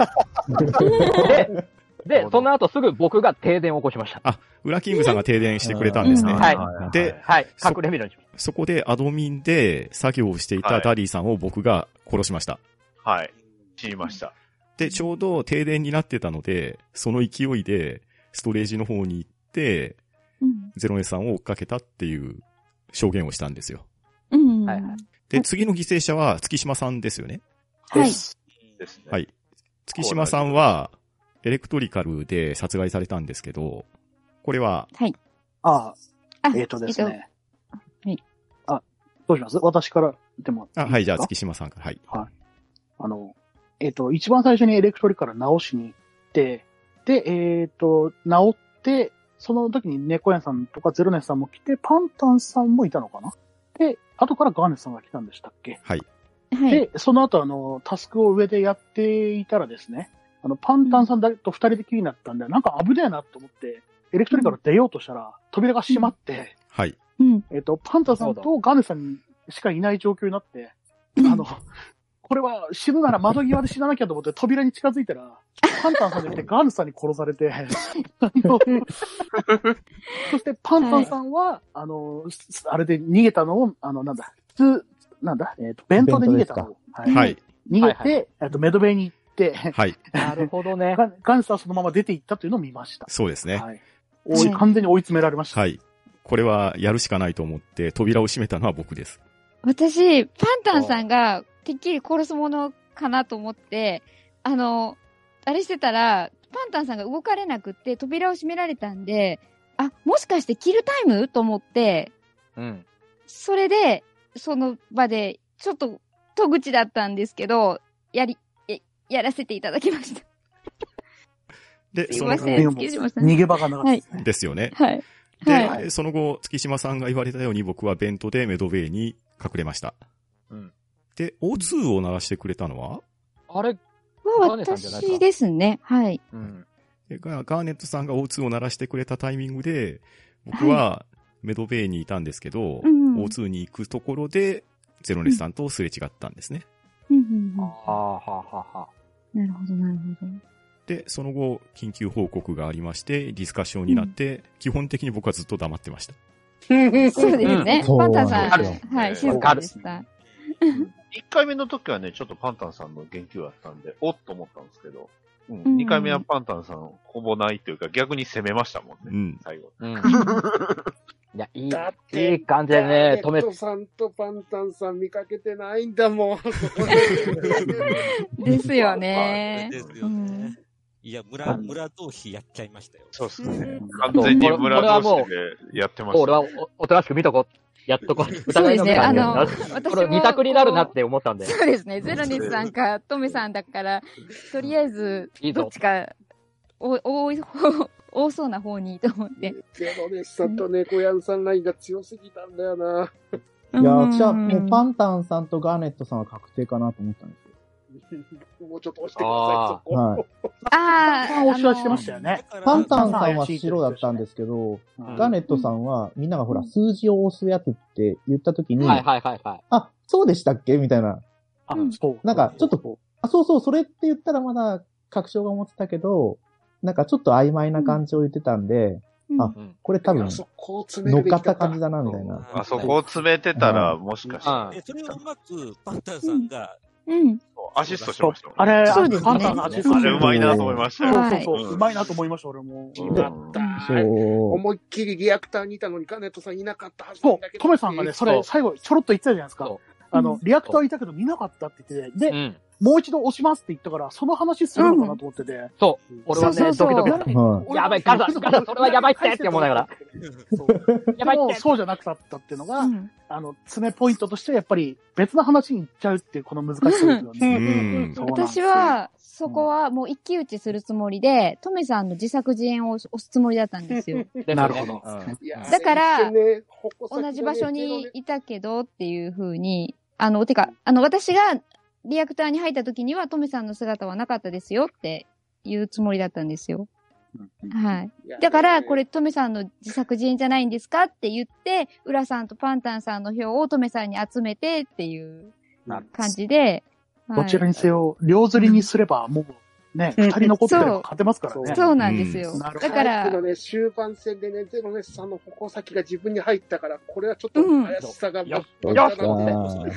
S12: で、で、その後すぐ僕が停電を起こしました。
S1: あ、ウラキングさんが停電してくれたんですね。
S12: うんはい
S1: で、
S12: はい。隠れみのにしまし
S1: そこでアドミンで作業をしていたダディさんを僕が殺しました。
S3: はい。死にました。
S1: で、ちょうど停電になってたので、その勢いでストレージの方に行って、ゼロネさんを追っかけたっていう証言をしたんですよ。
S2: うん。
S12: はい。
S1: で、次の犠牲者は月島さんですよね。
S2: はい。
S3: ですね。
S1: はい。月島さんは、エレクトリカルで殺害されたんですけど、これは、
S2: はい。
S9: あ
S2: あ
S9: えっ、とですね。
S2: はい。
S9: あ、どうします私からでも
S1: あ、はい、じゃあ月島さんから、はい。
S9: はい。あの、えっ、と、一番最初にエレクトリカル直しに行って、で、えっ、と、直って、その時に猫屋さんとかゼロネさんも来て、パンタンさんもいたのかなで、後からガーネさんが来たんでしたっけ
S1: はい。
S9: で、その後、あの、タスクを上でやっていたらですね、あの、パンタンさんだと二人で気になったんで、なんか危ねえなと思って、エレクトリカル出ようとしたら、扉が閉まって、
S1: はい。
S9: えっと、パンタンさんとガーネさんしかいない状況になって、あの、これは死ぬなら窓際で死ななきゃと思って扉に近づいたら、パンタンさんじゃなくてガーネさんに殺されて、あのそしてパンタンさんは、あの、すあれで逃げたのを、あの、なんだ、普通、なんだ、えっと、弁当で逃げたのを。
S1: ベントですかはい
S9: 逃げ
S1: はい
S9: て、えっと、メドベイに行って、
S1: [LAUGHS] はい。
S12: なるほどね。
S9: ガンガンスはそのまま出て行ったというのを見ました。
S1: そうですね。
S9: はい。追い完全に追い詰められました。
S1: はい。これはやるしかないと思って、扉を閉めたのは僕です。
S2: 私、パンタンさんが、てっきり殺すものかなと思って、あの、あれしてたら、パンタンさんが動かれなくって、扉を閉められたんで、あ、もしかしてキルタイムと思って、
S12: うん。
S2: それで、その場で、ちょっと、戸口だったんですけど、やり、ややらせていただきました。
S1: で、
S2: すい
S1: そ
S2: ま
S1: の、
S2: せん、失礼しました。はい。
S1: ですよね。
S2: はい。
S1: で、
S2: はい
S1: その後、月島さんが言われたように僕はベントでメドベイに隠れました。
S3: うん。
S1: で、O2 を鳴らしてくれたのは
S12: あれ
S2: は
S12: ガーネさんじゃないか
S2: 私ですね。はい。
S12: うん。
S1: でガガーネットさんが O2 を鳴らしてくれたタイミングで、僕はメドベイにいたんですけど、
S2: うんうん
S1: O2 に行くところで、ゼロネスさんとすれ違ったんですね。
S2: うんうんうん。
S12: はあはあはあはあ。
S2: なるほど、なるほど。
S1: で、その後、緊急報告がありまして、ディスカッションになって、基本的に僕はずっと黙ってました。
S2: そうですね。
S1: うん
S2: パンタさん、
S1: そうなんですよ
S2: はい、静かでした。
S3: 一回目の時はね、ちょっとパンタンさんの言及だったんで、おっと思ったんですけど、うん
S2: うん
S3: 二回目はパンタンさん、ほぼないというか、逆に攻めましたもんね、
S1: うん
S3: 最後。 [LAUGHS]
S12: うん。いや、い
S3: だ
S12: い、いい感じでね、止
S4: レ
S12: め
S4: ッ、ドさんとパンタンさん見かけてないんだ
S9: [LAUGHS]
S4: もん。
S2: ですよね。
S8: ですよね。いや、村、村同士やっちゃいましたよ。
S3: そうですね。
S12: そう
S3: 完全に村同士
S12: これ
S3: でやってました
S12: 俺。はおおとなしく見とこう。やっとこう。
S2: [LAUGHS] そうですね
S12: 疑いの目が
S2: あの
S12: ね
S2: 私も
S12: これ二択になるなって思ったんで。
S2: そうですね。ゼロネスさんか、トメさんだから、とりあえず
S12: いい、ぞ
S2: どっちか、お多い方、多そうな方にと思って。
S4: ゼロネスさんと猫ヤンさんラインが強すぎたんだよな。
S10: いや、私はもうパンタンさんとガーネットさんは確定かなと思ったんですけ
S4: もうちょっと押してください、そこ。
S10: ど。はい。
S2: あ
S9: あのー押しはしてましたよね。
S10: パンタンさんは白だったんですけど、ガーネットさんはみんながほら数字を押すやつって言ったときに、
S12: はいはいはいはい。
S10: あ、そうでしたっけみたいな。
S9: あ、そう。
S10: なんかちょっと、あ、そうそう、それって言ったらまだ確証が持ってたけど、なんかちょっと曖昧な感じを言ってたんで、あ、これ多分、
S4: あそこを詰め
S10: 乗っ
S4: るべきだ
S10: かっ
S4: った
S10: た感じだな、みたいな。
S3: あそこを詰めてたら、
S10: うん
S3: もしかしたら、
S8: でそれをうまく、パンタンさんが、
S2: うん。
S3: アシストしましたもん
S9: あれ、
S3: そう
S9: パンタンのアシスト
S3: あれうまいなと思いましたよ。
S9: そうそうそう。うまいなと思いました、俺も。
S10: そう。
S4: 思いっきりリアクターにいたのにガネットさんいなかったはず
S9: そ
S4: な
S9: うん
S4: だけ、ど。
S9: トメさんがね、それ、最後、ちょろっと言ってたじゃないですか。あの、リアクターいたけど見なかったって言ってて、で、もう一度押しますって言ったから、その話するのかなと思ってて。
S12: そう。俺はね
S9: そうそうそう
S12: ドキドキした。やばい、ガサ、ガサ、それはやばいってって思いながら。
S9: やばいそうじゃなくなったっていうのが、あの、詰めポイントとしてはやっぱり別の話に行っちゃうっていう、この難しさですよね。
S2: うん
S9: そうなんです
S2: 私は、そこはもう一騎打ちするつもりで、トメさんの自作自演を押すつもりだったんですよ。
S9: なるほど。
S2: だから、
S4: 先がね
S2: 同じ場所にいたけどっていうふうに、あの、てか、あの、私がリアクターに入った時には、トメさんの姿はなかったですよっていうつもりだったんですよ。はい
S7: いや。
S2: だか
S7: え
S2: ら、
S7: ー
S2: これ、トメさんの自作自演じゃないんですかって言って、浦さんとパンタンさんの票をトメさんに集めてっていう感じで、はい
S9: どちらにせよ、両釣りにすれば、もう、ね、
S2: うん
S9: 二人残ってれば
S2: そう
S9: 勝てますからね。
S2: そうなんですよ
S9: なるほ
S2: だ
S9: ど
S2: から
S4: さっきのね、終盤戦でね、ゼロネスさんの矛先が自分に入ったから、これはちょっと怪しさが、
S12: よし、
S4: うん
S12: よしと思って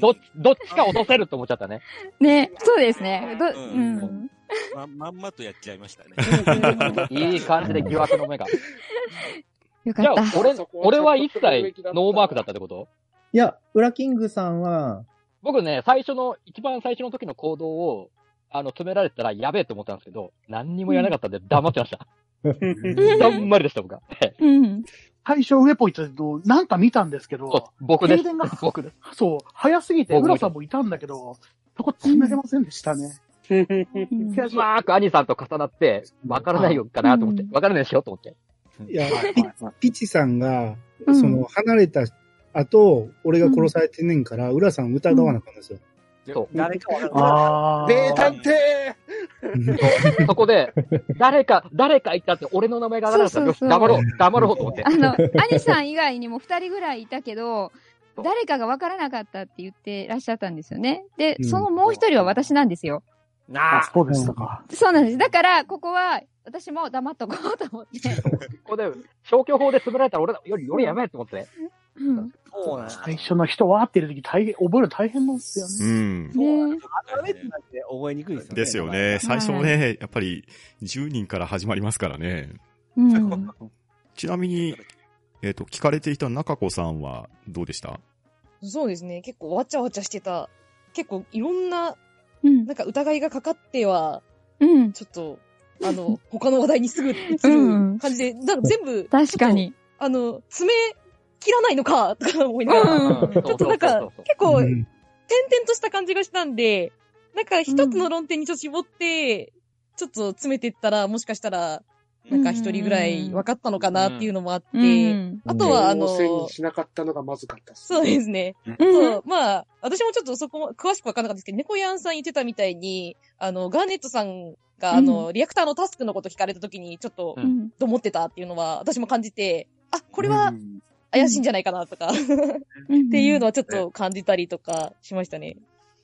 S12: どっち、どっちか落とせると思っちゃったね。
S2: ね、そうですね。ど、
S8: う
S2: うんん。
S8: ま、まんまとやっちゃいましたね。
S12: [LAUGHS] いい感じで疑惑の目が。
S2: よ
S12: じゃあ、俺
S8: そ、こは
S12: 俺は一切
S8: ちょっと攻撃だった
S12: ノーマークだったってこと
S10: いや、ウラキングさんは、
S12: 僕ね、最初の、一番最初の時の行動を、あの、詰められたらやべえと思ったんですけど、何にもやらなかったんで黙ってま [LAUGHS] した。だんまりでした、僕は。
S9: 最初、上ポイントでどうなんか見たんですけど、
S12: 僕です
S9: 停電が。
S12: 僕です。
S9: そう、早すぎて、
S12: 僕も
S9: 浦さんもいたんだけど、そこ詰めれませんでしたね。
S12: うまーく兄さんと重なって、わからないよかなと思って、わからないしようと思って。
S5: いや、ピピチさんが、その、離れた後、俺が殺されてんねんから、浦さん疑わなかったんですよ。
S12: そう。
S11: 誰か
S5: あ
S12: ー名探
S4: 偵
S12: そこで、誰か、誰か言ったって、俺の名前が上がらなか
S2: そ
S12: った。よ
S2: う
S12: し、
S2: そうそう
S12: 黙ろう、黙ろうと思って。
S2: あの、兄さん以外にも二人ぐらいいたけど、誰かが分からなかったって言ってらっしゃったんですよね。で
S7: う、ん
S2: そのもう一人は私なんですよ。
S12: な
S9: あ、そうでしたか。
S2: そうなんです。だから、ここは、私も黙っとこうと思って。
S12: ここで、消去法で詰められたら俺だ、より、よりやばいと思ってね。
S2: うん。
S12: そうなん
S9: 最初の人わーってる時、大変、覚えるの大変なんですよね。
S1: うん。
S2: ね
S11: 覚えにくいですよね。
S1: ですよね。最初ね、やっぱり10人から始まりますからね。
S2: うん。
S1: ちなみに、えっ、と、聞かれていた中子さんはどうでした
S7: そうですね。結構わちゃわちゃしてた。結構いろんな、
S2: なん
S7: か疑いがかかっては、ちょっと、
S2: [LAUGHS]
S7: あの、他の話題にすぐ、す
S2: うん
S7: る感じで、だから全部、
S2: 確かに。
S7: あの、爪切らないのか、とか思いながら、
S2: うん
S7: ちょっと
S2: そ
S7: なん
S2: う
S7: か、
S2: そうそう
S7: 結
S2: そう
S7: 構、
S2: う
S7: 点
S2: ん
S7: 々とした感じがしたんで、なんか一つの論点にちょっと絞って、ちょっと詰めてったら、もしかしたら、なんか一人ぐらい分かったのかなっていうのもあって、あとは、あの、
S4: 王戦にしなかったのがまずかったっす
S7: そうですね。
S4: うん
S7: そう、まあ、私もちょっとそこも詳しくわからなかったんですけど、猫やんさん言ってたみたいに、あの、ガーネットさんが、あの、リアクターのタスクのこと聞かれた時に、ちょっと
S2: うん、
S7: と思ってたっていうのは、私も感じて、あ、これは、怪しいんじゃないかなとか、 [LAUGHS] っていうのはちょっと感じたりとかしましたね。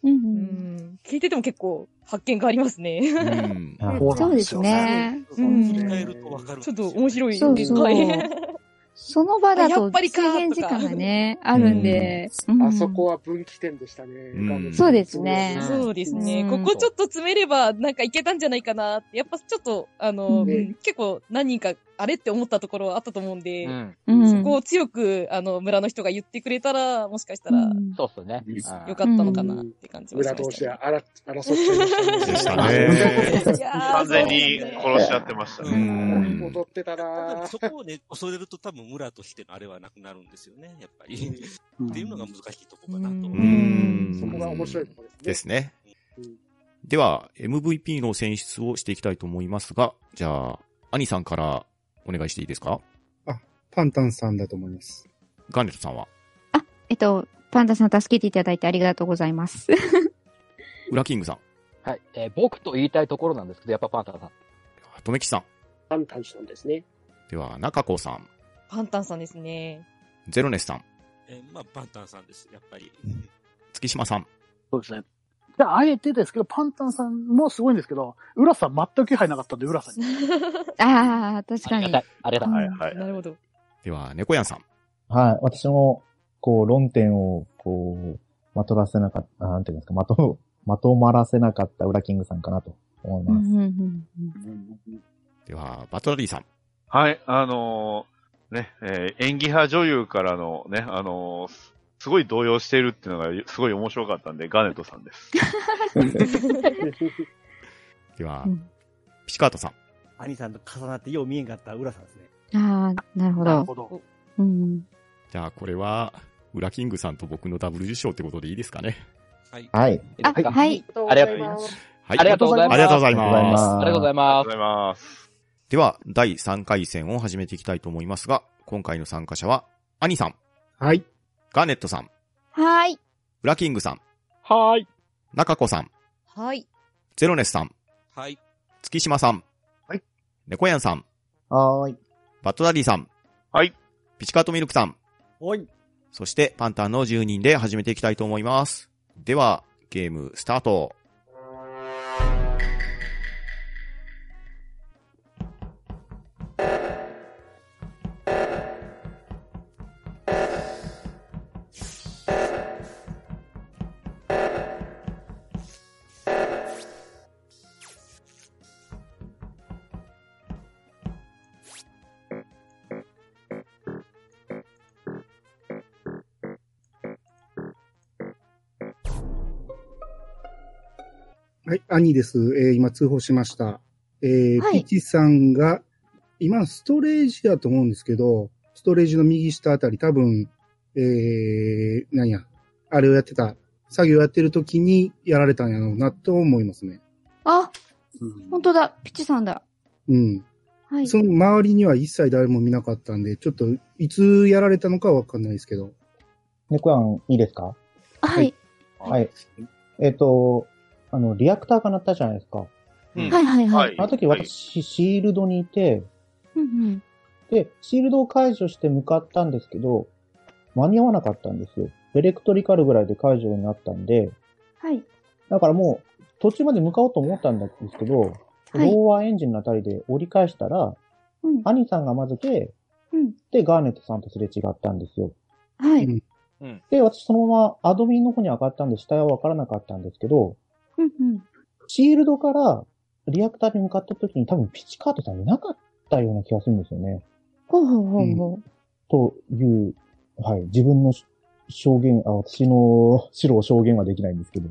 S7: うん聞いてても結構発見がありますね。
S2: そうですね。うん
S7: ちょっと面白い
S2: そう
S7: 展
S2: そう
S7: 開。
S2: その場だ
S7: あや
S2: と
S7: っぱり
S2: 制
S7: か
S2: 限時間がね、あるんで。うん
S4: あそこは分岐点でしたね。
S2: そうですね。
S7: そうですね。
S2: う
S7: こ
S2: ん
S7: こちょっと詰めれば、なんかいけたんじゃないかなって、やっぱちょっと、あの、
S2: うん
S7: 結構何人か、あれって思ったところはあったと思うんで、
S2: うん
S7: そこを強く、あの、村の人が言ってくれたら、もしかしたら、
S12: そうっすね。
S7: よかったのかなって感じはし
S4: 裏
S7: ま
S4: 同
S7: し
S4: 士で
S7: た、
S4: あら争っちゃいましたね。
S7: いやー
S3: 完全に殺し合ってましたね。
S4: 踊ってたな
S8: そこをね、恐れると多分村としてのあれはなくなるんですよね、やっぱり。っていうのが難しいとこかなと。
S4: そこが面白いところですね。
S1: ですね。では、MVP の選出をしていきたいと思いますが、じゃあ、兄さんからお願いしていいですか
S5: パンタンさんだと思います。
S1: ガーネットさんは
S2: えっと、パンダさん助けていただいてありがとうござい
S7: [LAUGHS]
S2: ます。
S1: ウラキングさん、
S12: はい。えー僕と言いたいところなんですけど、やっぱパンタンさん。
S1: とめきさん、
S4: パンタンさんですね。
S1: では、中子さん、
S7: パンタンさんですね。
S1: ゼロネスさん、
S8: えーまあ、バンタンさんです、やっぱり。
S1: 月島さん。
S9: そうですね。じゃあ、あえてですけど、パンタンさんもすごいんですけど、浦さん全く気配なかったんで、浦さんに。
S2: ああ、確かに。
S12: あれだ。
S2: はい
S1: はい。
S7: なるほど。
S1: では、猫やんさん。
S10: はい、私も、こう、論点を、こう、まとらせなかった、なんていうんですか、まと、まとまらせなかったウラキングさんかなと思います。
S1: では、バトラリーさん。
S3: はい、あのーね、えー演技派女優からのね、あのーすごい動揺してるっていうのがすごい面白かったんで、ガネットさんです。
S1: [LAUGHS]
S12: [LAUGHS]
S1: では、ピチカートさん。
S11: 兄さんと重なってよう見えんかった浦さんですね。
S2: ああ、なるほど。
S11: なるほど
S2: うん。
S1: じゃあ、これは、ウラキングさんと僕のダブル受賞ってことでいいですかね。
S8: はい。
S10: はい。
S2: あ、はい。
S8: ありがとうございます
S1: はい。
S8: ありがとうございます
S1: ありがとうございま
S8: ありがとうご
S1: す。
S8: ざいますありがとうご
S3: ざいます。
S1: では、第3回戦を始めていきたいと思いますが、今回の参加者は、アニさん。
S5: はい。
S1: ガーネットさん。
S2: はい。
S1: ウラキングさん。
S12: はい。
S1: 中子さん。
S7: はい。
S1: ゼロネスさん。
S8: はい。
S1: 月島さん。
S3: はい。
S1: 猫やんさん。
S10: はーい。
S1: バットダディさん。
S3: はい。
S1: ピチカートミルクさん。
S11: おい。
S1: そして、パンタンの10人で始めていきたいと思います。では、ゲームスタート。
S5: はい、兄です。えー今通報しました。えー
S2: はい
S5: ピチさんが、今ストレージだと思うんですけど、ストレージの右下あたり、多分、えー、何や、あれをやってた、作業やってる時にやられたんやろうなと思いますね。
S2: あ、本当だ。ピチさんだ。
S5: うん。
S2: はい。
S5: その周りには一切誰も見なかったんで、ちょっといつやられたのかわかんないですけど。
S10: 猫やん、いいですか
S2: はい。
S10: はい。えっ、と、あの、リアクターが鳴ったじゃないですか。
S2: はいはいはい。
S10: あの時私、シールドにいて、
S2: うんうん。
S10: で、シールドを解除して向かったんですけど、間に合わなかったんですよ。エレクトリカルぐらいで解除になったんで、
S2: はい。
S10: だからもう、途中まで向かおうと思ったんですけど、
S2: はい
S10: ローアーエンジンのあたりで折り返したら、
S2: うん。
S10: 兄さんがまずて、
S2: うん。
S10: で、ガーネットさんとすれ違ったんですよ。
S2: はい。
S8: うん。
S10: で、私そのままアドミンの方に上がったんで、下は分からなかったんですけど、
S2: うんうん。
S10: シールドからリアクターに向かった時に多分ピチカートさんいなかったような気がするんですよね。
S2: ほうほうほうほ
S10: という、はい、自分の証言、あ、私の資料証言はできないんですけど、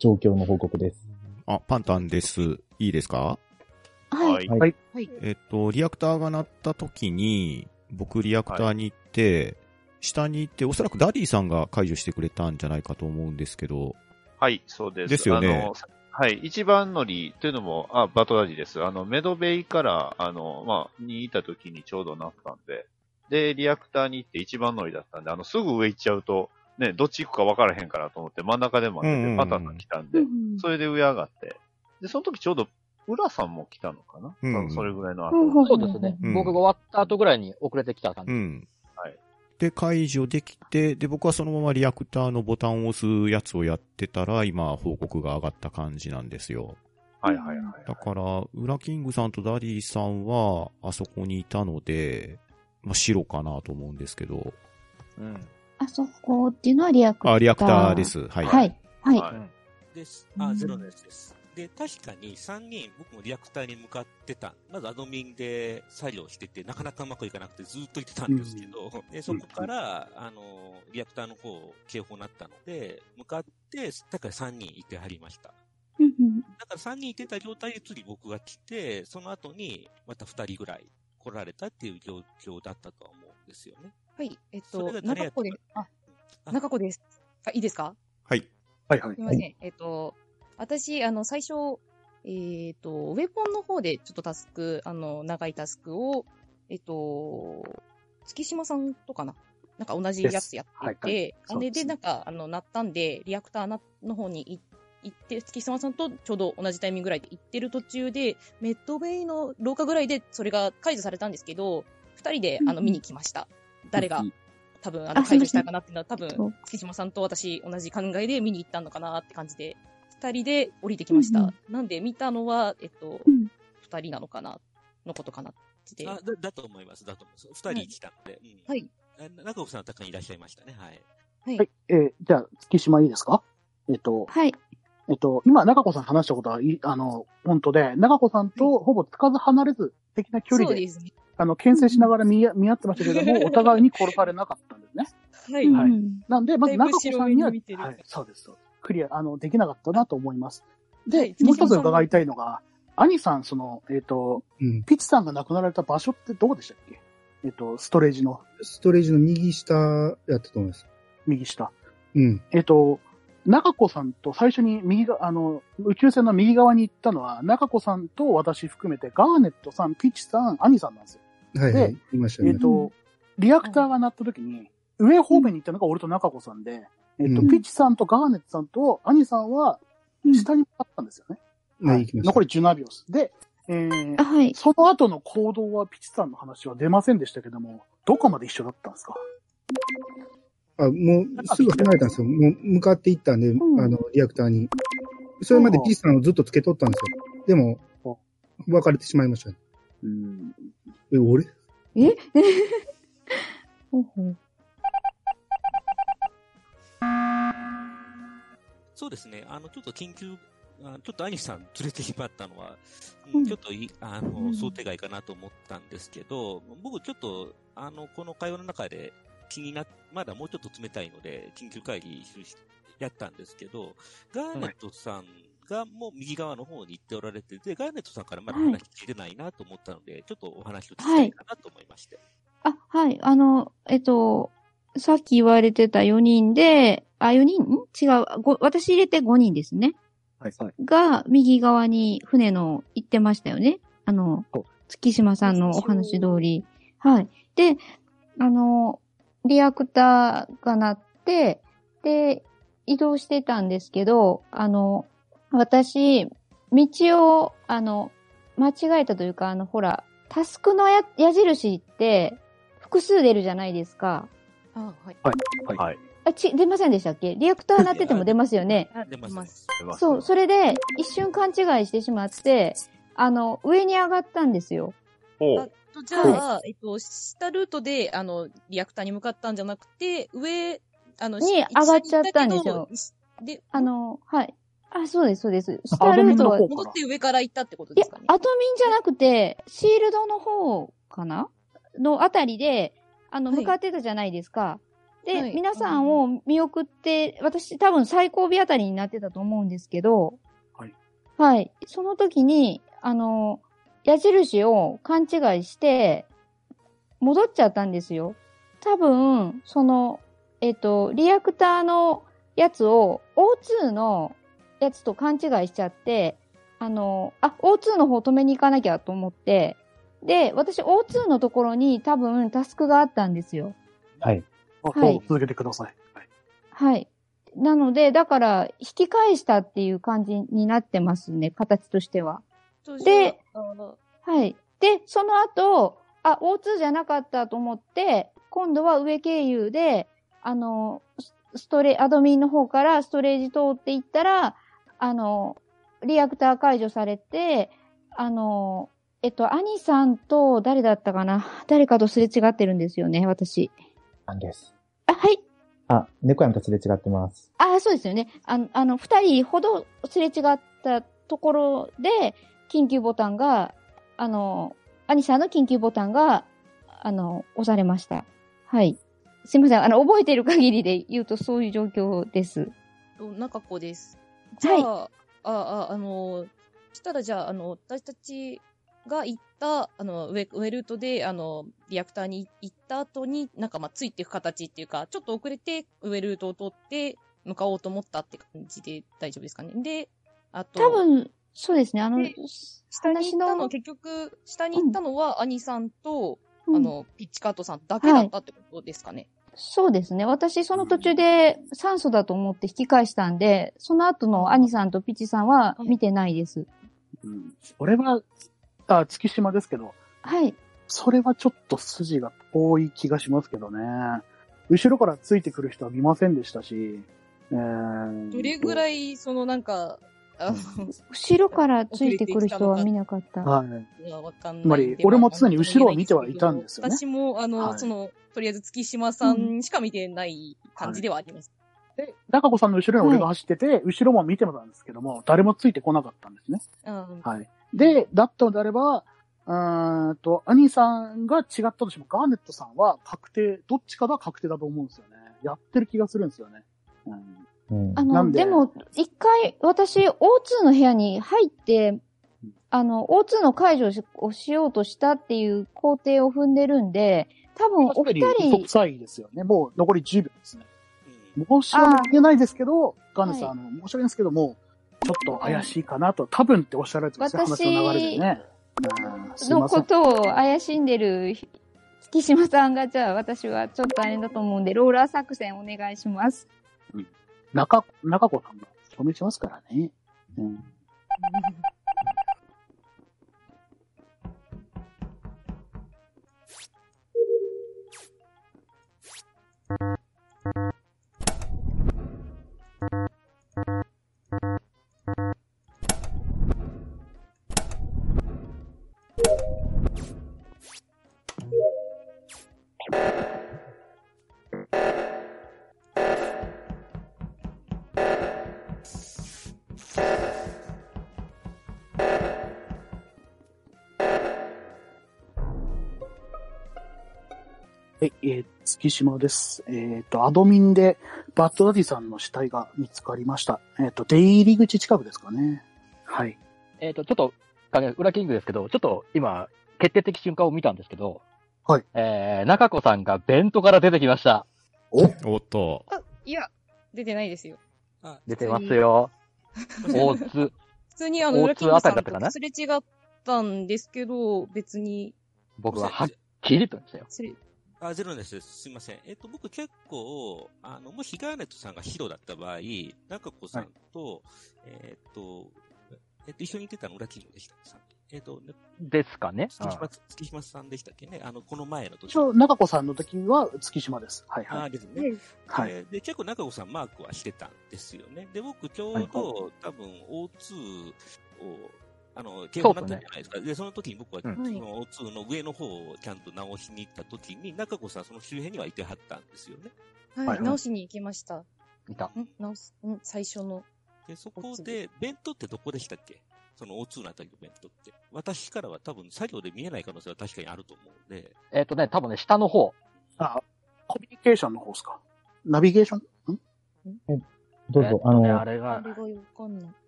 S10: 状況の報告です。
S1: あ、パンタンです。いいですか
S2: う。はい。
S10: はい。
S7: はい。
S1: えっと、リアクターが鳴った時に、僕リアクターに行って、下に行って、おそらくダディさんが解除してくれたんじゃないかと思うんですけど、
S3: はい、そうです。
S1: ですよね
S3: あのはい、一番乗りというのも、あ、バトラジです。あの、メドベイから、あの、まあ、にいた時にちょうどなったんで、で、リアクターに行って一番乗りだったんで、あの、すぐ上行っちゃうと、ね、どっち行くか分からへんからと思って、真ん中で待って
S1: うんうんう
S3: て、
S1: ん
S3: パタンが来たんで、それで上上がって、で、その時ちょうど、浦さんも来たのかな、
S1: うんうん
S3: 多分それぐらいの後。
S12: そうですね
S1: うん。
S12: 僕が終わった後ぐらいに遅れてきた感
S1: う
S12: じ。
S1: ん。
S3: はい。
S1: で、解除できて、で、僕はそのままリアクターのボタンを押すやつをやってたら、今、報告が上がった感じなんですよ。
S3: はいはいはい。
S1: だから、ウラキングさんとダディさんは、あそこにいたので、まあ、白かなと思うんですけど。
S8: うん。
S2: あそこっていうのはリアクター。
S1: あ、リアクターで。す。はい。
S2: はい。はい。
S8: です。
S2: う
S8: あ、
S2: ん
S8: ゼロのやつです。で、確かに3人、僕もリアクターに向かってた。まずアドミンで作業してて、なかなかうまくいかなくてずっと行ってたんですけど、でそこから、あの、リアクターの方、警報になったので、向かって、だから3人いてはりました。
S2: うんうん。
S8: だから3人いてた状態で次僕が来て、その後にまた2人ぐらい来られたっていう状況だったとは思うんですよね。
S7: はい。えっ
S8: そ
S7: と
S8: れが、誰
S7: 中
S8: やった
S7: 子です。あ、
S8: あ
S7: 中子です。あ、いいですか
S1: はい。
S9: はいはい
S7: す。みません。えっ、と、私、あの、最初、えっ、と、ウェポンの方でちょっとタスク、あの、長いタスクを、えっ、と、月島さんとかななんか同じやつや
S9: で
S7: ってて、
S9: すはいはい
S7: あれ
S9: そうです
S7: で、
S9: ね
S7: なんか、あの、鳴ったんで、リアクターなの方にい行って、月島さんとちょうど同じタイミングぐらいで行ってる途中で、メッドベイの廊下ぐらいでそれが解除されたんですけど、二人で、あ
S2: うんう
S7: の、
S2: ん
S7: 見に来ました。誰が
S9: うん、
S7: 多分、あの、
S2: あすい
S7: 解
S2: ません
S7: 除したかなっていうのは、多分
S2: そう、
S7: 月島さんと私同じ考えで見に行ったのかなって感じで、二人で降りてきました。
S2: うんうん
S7: なんで見たのは、えっと
S2: うん、
S7: 二、人なのかな、のことかなって。
S8: あだだと思います、だと思います。2人来たので。うん
S7: はい。
S8: な中岡さんはたくさんいらっしゃいましたね。はい。
S9: はい、えーじゃあ、月島いいですかえっと、
S2: はい。
S9: えっと、今、中子さん話したことは、いあの、本当で、中子さんとほぼつかず離れず的な距離
S7: そう
S9: で、
S7: ですね。 [LAUGHS]
S9: あの、牽制しながら見や見合ってましたけども、お互いに殺されなかったんですね。
S7: はい
S9: はいなんで、まず
S7: だい
S9: 中
S7: ぶ
S9: 子
S7: 白
S9: さん
S7: 目
S9: に
S7: に
S9: は、
S7: 見てる
S9: はい、そうです、そうです。クリア、あの、できなかったなと思います。で、
S7: はい
S9: もう一
S7: 月島
S9: つ
S7: さん
S9: 伺いたいのが、兄さん、その、えっ、と、ピチさんが亡くなられた場所ってどこでしたっけえっ、と、ストレージの。
S5: ストレージの右下やったと思います。
S9: 右下。
S5: うん。
S9: えっ、と、中子さんと最初に右が、あの、宇宙船の右側に行ったのは、中子さんと私含めて、ガーネットさん、ピチさん、兄さんなんですよ。
S5: はいはい
S9: で、
S5: いました
S9: え
S5: ね。
S9: っ、と、リアクターが鳴った時に、上方面に行ったのが俺と中子さんで、えっ、と、
S5: うん
S9: ピチさんとガーネットさんと兄さんは、下に向かったんですよね。
S5: はい、行きました。
S9: 残り17秒です。で、えーその後の行動はピチさんの話は出ませんでしたけども、どこまで一緒だったんですか
S5: あ、もう、すぐ離れたんですよ。もう、向かっていったんで、あの、リアクターに。それまでピースさんをずっとつけとったんですよ。でも、別れてしまいましたね。
S9: うん。
S5: え、俺 [LAUGHS]
S2: え [LAUGHS] ほうほう
S8: そうですね。あの、ちょっと緊急、あちょっと兄さん連れて引っ張ったのは、
S2: うん
S8: ちょっとい、あ
S2: う
S8: の、
S2: ん
S8: 想定外かなと思ったんですけど、僕ちょっと、あの、この会話の中で気になっ、まだもうちょっと冷たいので、緊急会議やったんですけど、ガーネットさんがもう右側の方に行っておられて、で、ガーネットさんからまだ話聞いてないなと思ったので、ちょっとお話を聞きたいかなと思いまして。
S2: あ、はい。あの、えっと、さっき言われてた4人で、あ、4人ん違う。ご私入れて5人ですね。
S13: はい。
S2: が、右側に船の行ってましたよね。あの、月島さんのお話通り。はい。で、あの、リアクターが鳴って、で、移動してたんですけど、あの、私、道を、あの、間違えたというか、あの、ほら、タスクのや矢印って、複数出るじゃないですか。
S7: あ、はい。
S13: はい。はい。
S2: あ、ち、出ませんでしたっけリアクター鳴ってても出ますよね。
S8: 出ます。
S2: そう、それで、一瞬勘違いしてしまって、あの、上に上がったんですよ。
S7: あとじゃあ、えっと、下ルートで、あの、リアクターに向かったんじゃなくて、上、あの、
S2: に上がっちゃったんですよ。
S7: で、
S2: あの、はい。あ、そうです、そうです。
S7: 下
S2: 下ルートは、い
S7: 戻って上から行ったってことですかね。
S2: やアトミンじゃなくて、シールドの方かなのあたりで、あの、向かってたじゃないですか。で、
S7: はい
S2: 皆さんを見送って、私多分最後尾あたりになってたと思うんですけど、
S9: はい。
S2: はい。その時に、あの、矢印を勘違いして、戻っちゃったんですよ。多分、その、えっ、と、リアクターのやつを O2 のやつと勘違いしちゃって、あの、あ、O2 の方止めに行かなきゃと思って、で、私 O2 のところに多分タスクがあったんですよ。
S10: はい。
S9: あ
S2: はい
S9: どうぞ続けてください。
S2: はい。なので、だから、引き返したっていう感じになってますね、形としては。で、はい。で、その後、あ、O2 じゃなかったと思って、今度は上経由で、あの、スストレ、アドミンの方からストレージ通っていったら、あの、リアクター解除されて、あの、えっと、兄さんと誰だったかな誰かとすれ違ってるんですよね、私。
S10: なんです。
S2: あ、はい。
S10: あ、猫やんとすれ違ってます。
S2: あ、そうですよね。あの、あの、二人ほどすれ違ったところで、緊急ボタンが、あの、アニさんの緊急ボタンが、あの、押されました。はい。すいません。あの、覚えてる限りで言うとそういう状況です。
S7: と、中子です。じゃあ、あ、あ、あの、したらじゃあ、あの、私たちが行った、あの、上、上ルートで、あの、リアクターに行った後に、なんかまあ、ついていく形っていうか、ちょっと遅れて、上ルートを通って、向かおうと思ったって感じで大丈夫ですかね。で、あと、
S2: 多分、そうですね。あの、
S7: で下に行ったの、結局、下に行ったのは、兄さんと、
S2: うん
S7: あの、ピッチカートさんだけだったってことですかね。
S2: そうですね。私、その途中で酸素だと思って引き返したんで、その後のアニさんとピチさんは見てないです。
S9: うん。それは、あ、月島ですけど、
S2: はい。
S9: それはちょっと筋が遠い気がしますけどね。後ろからついてくる人は見ませんでしたし、えー、
S7: どれぐらい、そのなんか、あの、
S2: 後ろからついてくる人は見なかった。
S9: はい。
S7: はわかんないんで。
S9: つまり、俺も常に後ろを見てはいたんですよね。
S7: 私も、あの、
S9: はい
S7: その、とりあえず月島さんしか見てない感じではあります。
S9: 中子さんの後ろに俺が走ってて、後ろも見てたんですけども、誰もついてこなかったんですね。
S7: うん。
S9: はい。で、だったのであれば、うーんと、兄さんが違ったとしても、ガーネットさんは確定、どっちかが確定だと思うんですよね。やってる気がするんですよね。うん
S2: あ
S9: な
S2: の、
S9: ん
S2: でも、一回、私、O2 の部屋に入って、あの、O2 の解除をしをしようとしたっていう工程を踏んでるんで、多分、お二
S9: 嘘
S2: 人
S9: く、さいですよね。もう残り10秒ですね。申し訳ないですけど、ガーネさん、あの、申し訳ないですけども、ちょっと怪しいかなと、多分っておっしゃられてますね、
S2: 私
S9: 話の流れでね。うんすい
S2: の
S9: ませ
S2: こ
S9: ん。
S2: とを怪しんでる月島さんが、じゃあ、私はちょっとあれだと思うんで、ローラー作戦お願いし
S9: [LAUGHS]
S2: ます。
S9: 中、中子さんが証明しますからね。うん。はい、えー月島です。えっ、と、アドミンで、バッドダディさんの死体が見つかりました。えっ、と、出入り口近くですかね。はい。
S12: えっ、と、ちょっと、あの裏キングですけど、ちょっと今、決定的瞬間を見たんですけど、
S9: はい。
S12: えー、中子さんがベントから出てきました。
S9: お
S1: おっと。
S7: いや、出てない [LAUGHS] ですよ。
S12: 出てますよ。大津。
S7: 普通にあの、裏
S12: 大津
S7: キングさ
S12: あたり
S7: ん
S12: だったかな
S7: とすれ違ったんですけど、別に、
S12: 僕ははっきりと言いましたよ。
S7: すれ、
S8: あ、ゼロです。すいません。えっ、と、僕結構、あの、もしガーネットさんがヒロだった場合、中子さんと、えっ、と、えっ、と、一緒に出たの裏キングでした。えっ、と、ね
S12: ですかね。
S8: 月島、月島さんでしたっけねあの、この前の時
S9: 一応、中子さんの時は月島です。はいはい。
S8: ああですね。
S9: はい
S8: でで、結構中子さんマークはしてたんですよね。で、僕ちょうど、多分 O2 を、あの、警報なったじゃないですか。で、その時に僕は、
S12: うん
S8: その O2 の上の方をちゃんと直しに行った時に、中子さんその周辺にはいてはったんですよね。
S7: はい、
S8: はいはい
S7: 直しに行きました。
S12: いた。
S7: ん直す、ん最初の。
S8: で、そこで、弁当ってどこでしたっけその O2 のあたりの弁当って。私からは多分作業で見えない可能性は確かにあると思うんで、
S12: えっ、とね、多分ね、下の方。
S9: あ、コミュニケーションの方ですか。ナビゲーション
S10: どうぞ、あの、
S12: ね、あれが、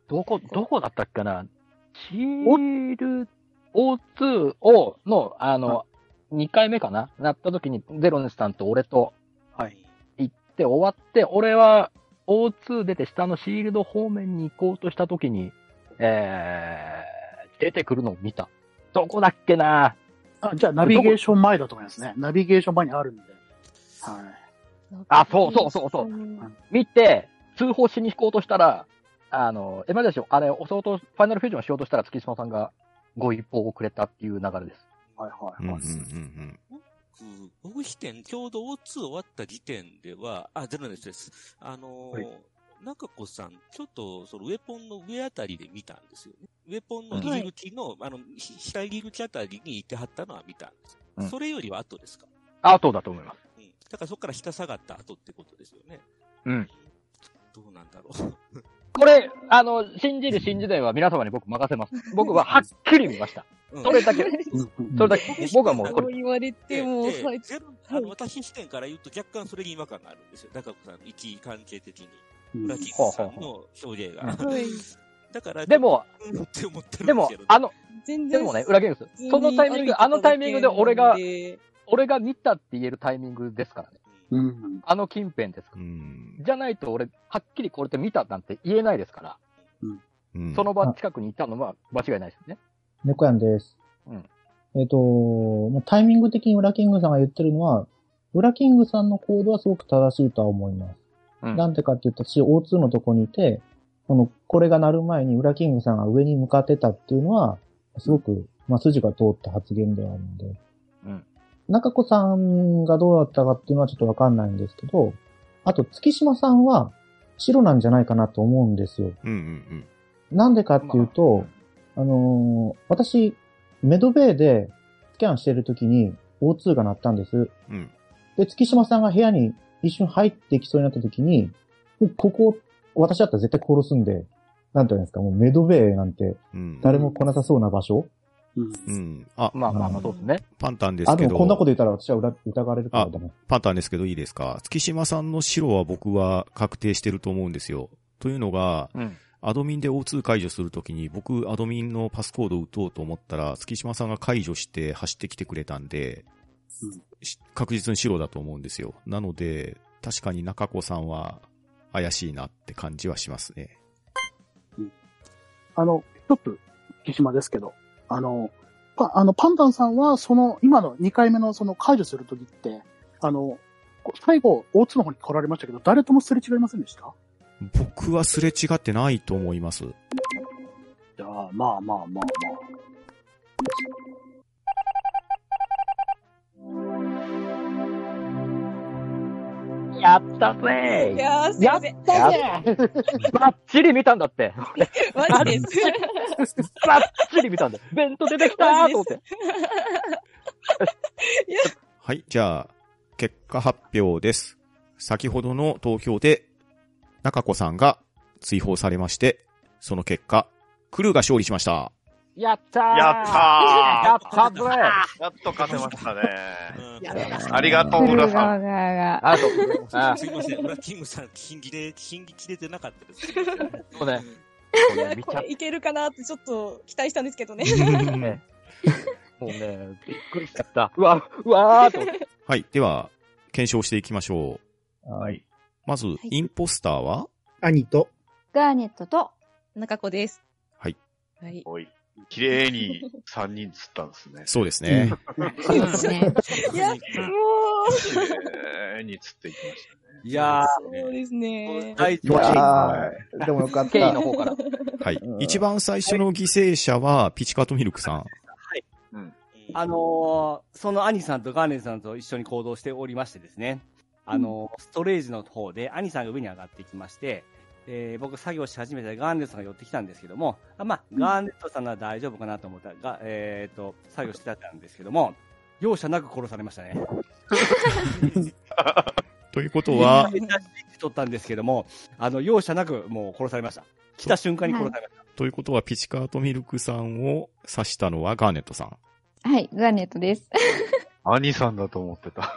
S12: どこ、どこだったっけなシール O2 を、の、あの、2回目かななった時に、ゼロネスさんと俺と、
S9: はい。
S12: 行って終わって、俺は O2 出て下のシールド方面に行こうとした時に、えー、出てくるのを見た。どこだっけな
S9: あ、じゃあナビゲーション前だと思いますね。ナビゲーション前にあるんで。はい。
S12: あ、そうそうそうそう。見て、通報しに行こうとしたら、あの、エマジェンシーをあれ、押そうと、ファイナルフュージョンしようとしたら、月島さんがご一報をくれたっていう流れです。
S9: はいは
S1: うんうんうん
S8: 僕、僕視点、ちょうど O2 終わった時点では、あ、ゼロですです。あのー
S12: はい
S8: 中子さん、ちょっと、そのウェポンの上あたりで見たんですよね。ウェポンの入り口の、あの、ひ下入り口あたりに行ってはったのは見たんです。
S12: うん
S8: それよりは後ですか
S12: あ、そうだと思います。
S8: だからそこから下下がった後ってことですよね。
S12: うん。
S8: どうなんだろう。
S12: これ、あの、信じる信じないは皆様に僕任せます。僕ははっきり見ました。
S8: うん
S12: それだけ。それだけ。僕はもう、こ
S7: そう
S12: れ、
S7: 言われても、
S8: でで
S7: はい
S8: ゼロあの私視点から言うと若干それに違和感があるんですよ。中子さん、一位関係的に。裏キングさんの表現が。
S12: [LAUGHS] はい
S8: だから、
S12: でも
S8: うんって思ってるん
S12: でも、あの、
S7: 全
S12: で
S7: 然
S12: もね、裏ゲームで
S7: 普通
S12: す。
S7: に
S12: そのタイミン
S7: 歩いて
S12: グ、
S7: た
S12: あのタイミングで俺
S7: [LAUGHS]
S12: が
S7: だけなんで、
S12: 俺が見たって言えるタイミングですからね。
S9: うん。
S12: あの近辺ですから。じゃないと俺、はっきりこれで見たなんて言えないですから。
S1: うん
S12: その場近くにいたのは間違いないですよね。
S10: 猫やんです。
S12: うん。
S10: えっ、と、もうタイミング的にウラキングさんが言ってるのは、ウラキングさんの行動はすごく正しいとは思います。なんでかって言ったら、私 O2 のとこにいて、この、これが鳴る前にウラキングさんが上に向かってたっていうのは、すごく、まあ、筋が通った発言ではあるので、
S12: うん。
S10: 中子さんがどうだったかっていうのはちょっとわかんないんですけど、あと月島さんは白なんじゃないかなと思うんですよ。
S1: うんうん
S10: なんでかっていうと、あ、のー私、メドベーでスキャンしてるときに O2 が鳴ったんです。
S1: うん。うん。
S10: で、月島さんが部屋に一瞬入ってきそうになったときに、もうここ、私だったら絶対殺すんで、なんていうんですか、もうメドベーなんて、誰も来なさそうな場所、
S1: うん。あ、
S12: まあまあまあそうですね。
S1: パンタンです
S10: あ、
S1: け
S10: で
S1: ど。
S10: もこんなこと言ったら私は疑疑われるから
S1: あ
S10: ダメ。、
S1: パンタンですけどいいですか。月島さんの白は僕は確定してると思うんですよ。というのが、
S12: うん
S1: アドミンで O2 解除するときに、僕、アドミンのパスコード打とうと思ったら、月島さんが解除して走ってきてくれたんで、し確実に白だと思うんですよ。なので、確かに中子さんは怪しいなって感じはしますね。
S9: あの、一つ、月島ですけど、あの、パあのパンダンさんは、その、今の2回目のその解除するときって、あの、こ最後、大津の方に来られましたけど、誰ともすれ違いませんでした
S1: 僕はすれ違ってないと思います。
S9: じゃあ、まあまあまあまあ。
S12: やったぜ
S7: いやーすい
S12: や
S7: ま
S12: っ
S7: せん
S12: たぜ [LAUGHS] バッチリ見たんだって。 [LAUGHS]
S7: マジです。
S12: バッチリ見たんだ。弁当出てきたーと思って。
S1: はい、じゃあ、結果発表です。先ほどの投票で、中子さんが追放されまして、その結果、クルーが勝利しました。
S12: やったー
S3: やったー
S12: やったぜ
S3: やっと勝てましたね。
S8: うん
S3: ありがとう、浦さん。
S12: ありがとうあ
S8: すいません、ブラッキングさん、金切れ、金切れてなかったです。
S12: そうね。
S7: これいけるかなってちょっと期待したんですけどね。
S12: ねもうね、びっくりしちゃった。うわ、うわーと思って。
S1: はい、では、検証していきましょ
S10: う。はい。
S1: まず、インポスターは
S5: 兄と。
S2: ガーネットと、
S7: 中子です。
S1: はい。
S7: はい。
S3: おい、綺麗に3人釣ったんですね。
S1: そうですね。
S7: そうですね。いや、もう。
S3: 綺麗に釣っていきましたね。
S11: いや
S7: そうですね。
S11: はい
S10: いやーでもよかった。
S12: 経緯の方から。
S1: はい。一番最初の犠牲者は、ピチカートミルクさん。
S11: あのーその兄さんとガーネンさんと一緒に行動しておりましてですね、あのーストレージの方で兄さんが上に上がってきまして、えー僕作業し始めてガーネットさんが寄ってきたんですけども、あまあ、ガーネットさんなら大丈夫かなと思ったら、がえー、と、作業してたんですけども、容赦なく殺されましたね。
S1: ということは
S11: め、ちゃめちゃ信じとったんですけども、あの、容赦なくもう殺されました。来た瞬間に殺されました。
S1: ということは、ピチカートミルクさんを刺したのはガーネットさん。
S2: はい、ガーネットです。 [LAUGHS]
S3: 兄さんだと思ってた。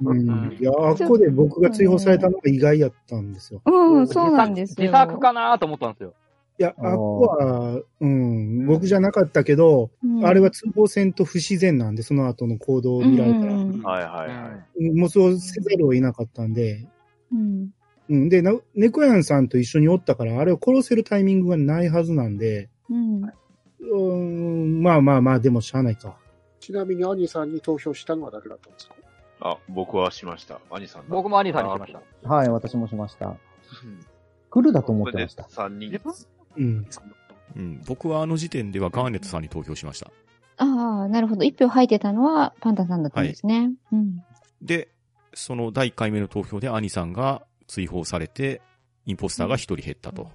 S5: うん、いやー、ここで僕が追放されたのが意外やったんです [LAUGHS] よ。
S2: うん、そうなんですよ。
S12: 自作かなーと思ったんですよ。
S5: いや、あっこは、うん、僕じゃなかったけど、
S2: うん
S5: あれは通報戦と不自然なんで、その後の行動を見られたら。
S3: はいはいはい。
S5: もうそうせざるを得なかったんで、
S2: うん。
S5: うん、で、な猫やんさんと一緒におったから、あれを殺せるタイミングがないはずなんで、
S2: うん。
S5: うーん、まあまあまあ、でもしゃあないか。
S4: ちなみに兄さんに投票したのは誰だったんですか
S3: あ、僕はしました。兄さんだ。
S12: 僕も兄さんにしました。
S10: はい、私もしました。来るだと思ってました。
S3: 3人。
S5: うん。
S1: うん。僕はあの時点ではガーネットさんに投票しました。
S2: ああ、なるほど。一票入ってたのはパンダさんだったんですね。うん。
S1: で、その第1回目の投票で兄さんが追放されて、インポスターが1人減ったと。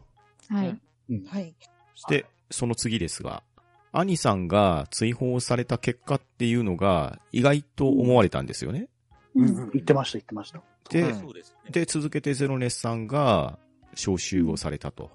S2: はい。
S7: はい。
S1: そして、その次ですが、兄さんが追放された結果っていうのが意外と思われたんですよね。
S9: うんうん、言ってました、言ってました。
S1: で、
S8: そうですね。
S1: で、続けてゼロネスさんが招集をされたと。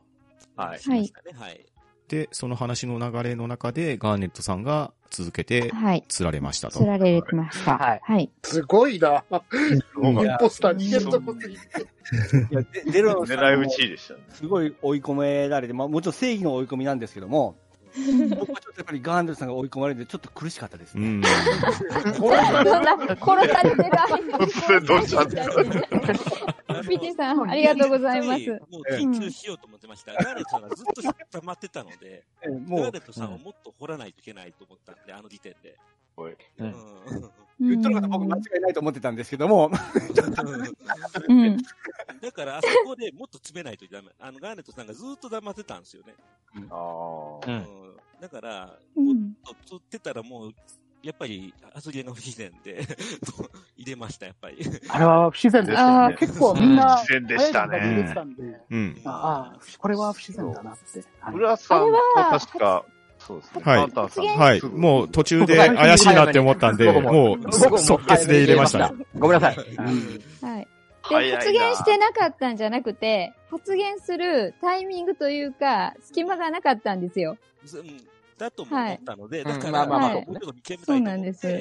S3: はい。
S8: しましたねはい。
S1: で、その話の流れの中でガーネットさんが続けて
S2: はい、
S1: 釣られましたと。
S2: 釣られました。はい。
S4: すごいな。
S3: ごかった
S4: インポスター逃げるとこすぎて。
S11: いや、でゼロの
S3: 狙い撃ちでしたね。
S11: すごい追い込められて、まあ、もちろん正義の追い込みなんですけども、僕はちょっとやっぱりガーンドルさんが追い込まれて、ちょっと苦しかったです
S1: う
S11: ね。
S1: ん。
S2: 殺されてる
S3: 突然どうしたんですか
S2: ピチさん、ありがとうございます。
S8: もう緊急しようと思ってました。ガーレットさんがずっと引っ張まってたので、ガ
S11: も
S8: ー
S11: う
S8: レットさんをもっと掘らないといけないと思ったんで、あの時点で。
S3: おい
S8: うん。
S11: 言っとる方僕間違いないと思ってたんですけども、
S2: うん。
S8: だから、あそこでもっと詰めないとダメ。あの、ガーネットさんがずっと黙ってたんですよね。
S3: あー
S12: う
S8: うんん。だから、
S2: うん。
S8: 取ってたらもう、やっぱり発言が不自然で、 [LAUGHS] 入れました、やっぱり。
S9: あれは不自然でし
S2: あ
S9: たよ
S2: あ
S9: ね。結構みんな、
S3: 不自然でしたね
S9: 早い時間に出てたんで
S1: うん。
S9: ああ、これは不自然だなって。はい
S3: 浦さんと確か、そうですね。
S1: はい
S3: パンタンさん
S1: はい。もう途中で怪しいなって思ったんで、
S12: 僕も
S1: もう
S12: 僕も
S1: 即決で入れましたね。。
S12: ごめんなさい。
S2: はい。
S3: 早い
S2: で、
S3: な
S2: 発言してなかったんじゃなくて、発言するタイミングというか、隙間がなかったんですよ。
S8: ずうんだとも思ったので、
S2: はい
S8: だか
S2: う
S8: ら、
S2: んまあまあまあ
S8: もうちょっと見極め
S2: そ
S8: たいと思
S2: う
S8: っ
S2: なんです。は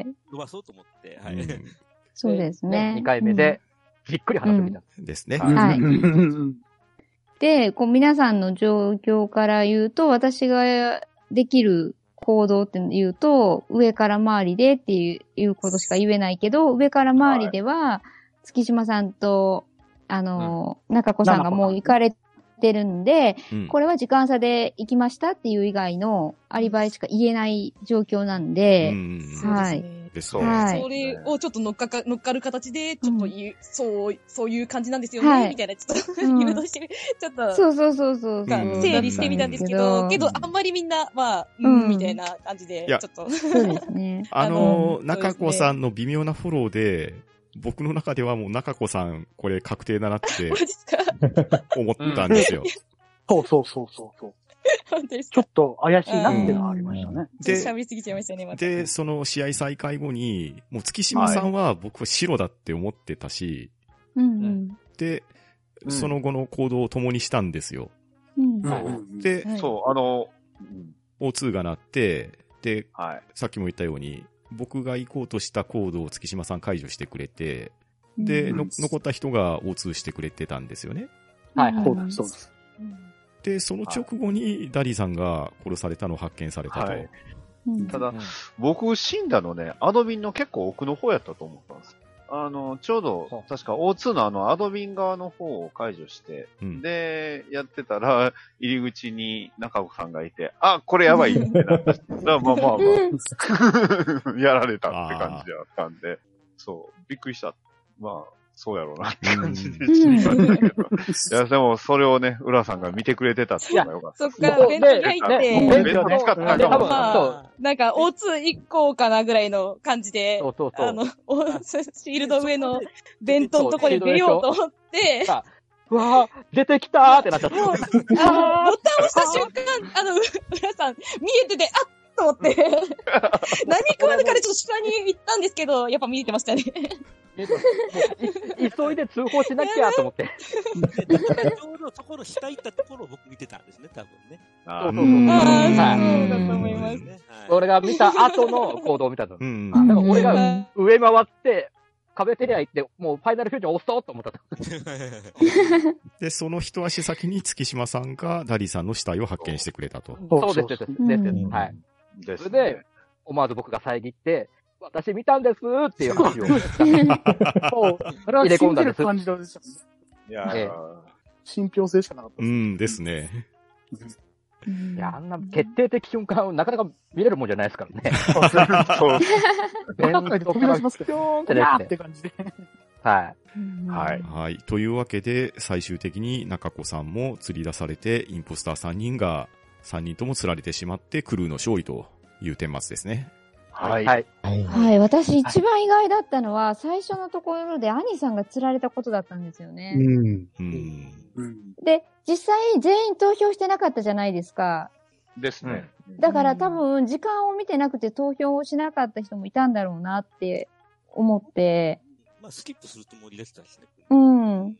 S2: い。
S8: 伸ばそうと思って、はい。
S2: そうですね。
S12: 2回目で、じっくり話を見た。
S1: ですね。
S2: はい
S12: うん
S2: で、こう皆さんの状況から言うと、私ができる行動って言うと、上から周りでっていういうことしか言えないけど、上から周りでは、月島さんと、あの、中子さんがもう行かれてるんで、
S13: うん
S2: これは時間差で行きましたっていう以外のアリバイしか言えない状況なんで、はい。
S1: です
S2: ねはい
S7: それをちょっと乗っかか乗っかる形で、ちょっと言う、そう、そういう感じなんですよね、
S2: はい
S7: みたいな、ちょっと、
S2: うん
S7: 誘導して、ちょっと、
S2: そうそうそうそう
S7: が
S1: うん
S7: 整理してみたんですけど、
S2: うん
S7: けど、あんまりみんな、まあ、う、
S2: うんん
S7: みたいな感じで、
S1: い
S7: ちょ
S1: や
S7: っと。
S2: そうですね
S1: あ
S7: あ
S1: のー、
S7: の
S1: 中子さんの微妙なフォローで、僕の中ではもう中子さん、これ確定だなって、思ったんですよ。
S9: そうそうそうそうそう。
S7: 本当です
S9: ちょっと怪しいなって
S1: うん
S9: いうのはありましたね。
S7: ちょっ
S1: で
S7: と喋りすぎちゃいましたね、また。
S1: で、その試合再開後に、もう月島さんは僕は白だって思ってたし、
S2: うん
S1: で、
S3: うん
S1: その後の行動を共にしたんですよ。
S2: うん。
S1: で、
S3: そう、あの、
S1: O2 が鳴って、で、さっきも言ったように、僕が行こうとしたコードを月島さん解除してくれて、で、
S3: うん
S1: の残った人が O2 してくれてたんですよね。
S9: はいはい。そうです、そうです。
S1: で、その直後にダリーさんが殺されたのを発見されたと。
S3: はいただ、僕、死んだのね、アドビンの結構奥の方やったと思ったんですよ。あの、ちょうど、確か O2 のあの、アドビン側の方を解除して、で、やってたら、 [LAUGHS] 入り口に中子さんがいて、あ、これやばいってなったし。だからまあまあま [LAUGHS] あ、やられたって感じだったんで、そう、びっくりした。まあ、そうやろうなって感じで死にましたけど。いや、でも、それをね、浦さんが見てくれてたっていうのがよかった。
S7: そっからベンチに入って、
S3: ねベンチに使ったんだも
S7: ま
S3: ん
S7: あ、なんか O21 個かなぐらいの感じで、
S12: そうそうそう
S7: あの、おシールド上の弁当のとこに出ようと思って、
S12: うわぁ、出てきたーってなっちゃった。
S7: あの、ボタン押した瞬間、あの、う浦さん、見えてて、あっと思
S5: [LAUGHS]
S7: って、何食わぬかでちょっと下に行ったんですけど、やっぱ見えてましたね。
S12: 急いで通報しなき [LAUGHS] ゃと思って。
S8: ちょうどそこの下行ったところを僕見てたんですね、多分ね。
S12: あ
S8: ー
S12: はい
S8: そうだと思います
S12: 俺が見た後の行動を見たの。
S1: う
S12: だから俺が上回って、カベテリア行って、もうファイナルフュージョン押そうと思った
S1: で、その一足先に月島さんがダリーさんの死体を発見してくれたと。
S12: の。そうです、です、です、です。はい。
S3: で
S12: それで、思わず僕が遮って、私見たんですっていう話を。
S9: そう。あれは信じる感じでしたね。
S3: いや
S12: ええ
S9: 信憑性しかなかっ
S1: うんですね。
S12: いや、あんな決定的瞬間、なかなか見れるもんじゃないですからね。
S3: そう。
S9: た。中に飛び出しますけど、
S12: てですね
S9: あーって感じで。。
S12: はい
S1: はい。というわけで、最終的に中子さんも釣り出されて、インポスター3人が、3人とも釣られてしまって、クルーの勝利という顛末ですね。
S12: はい。はい。
S2: はい、私一番意外だったのは、最初のところで兄さんが釣られたことだったんですよね。
S5: うん。
S2: で、実際全員投票してなかったじゃないですか。
S3: ですね。
S2: だから多分時間を見てなくて投票をしなかった人もいたんだろうなって思って。
S8: まあ、スキップするつもりでしたしね。
S2: うん。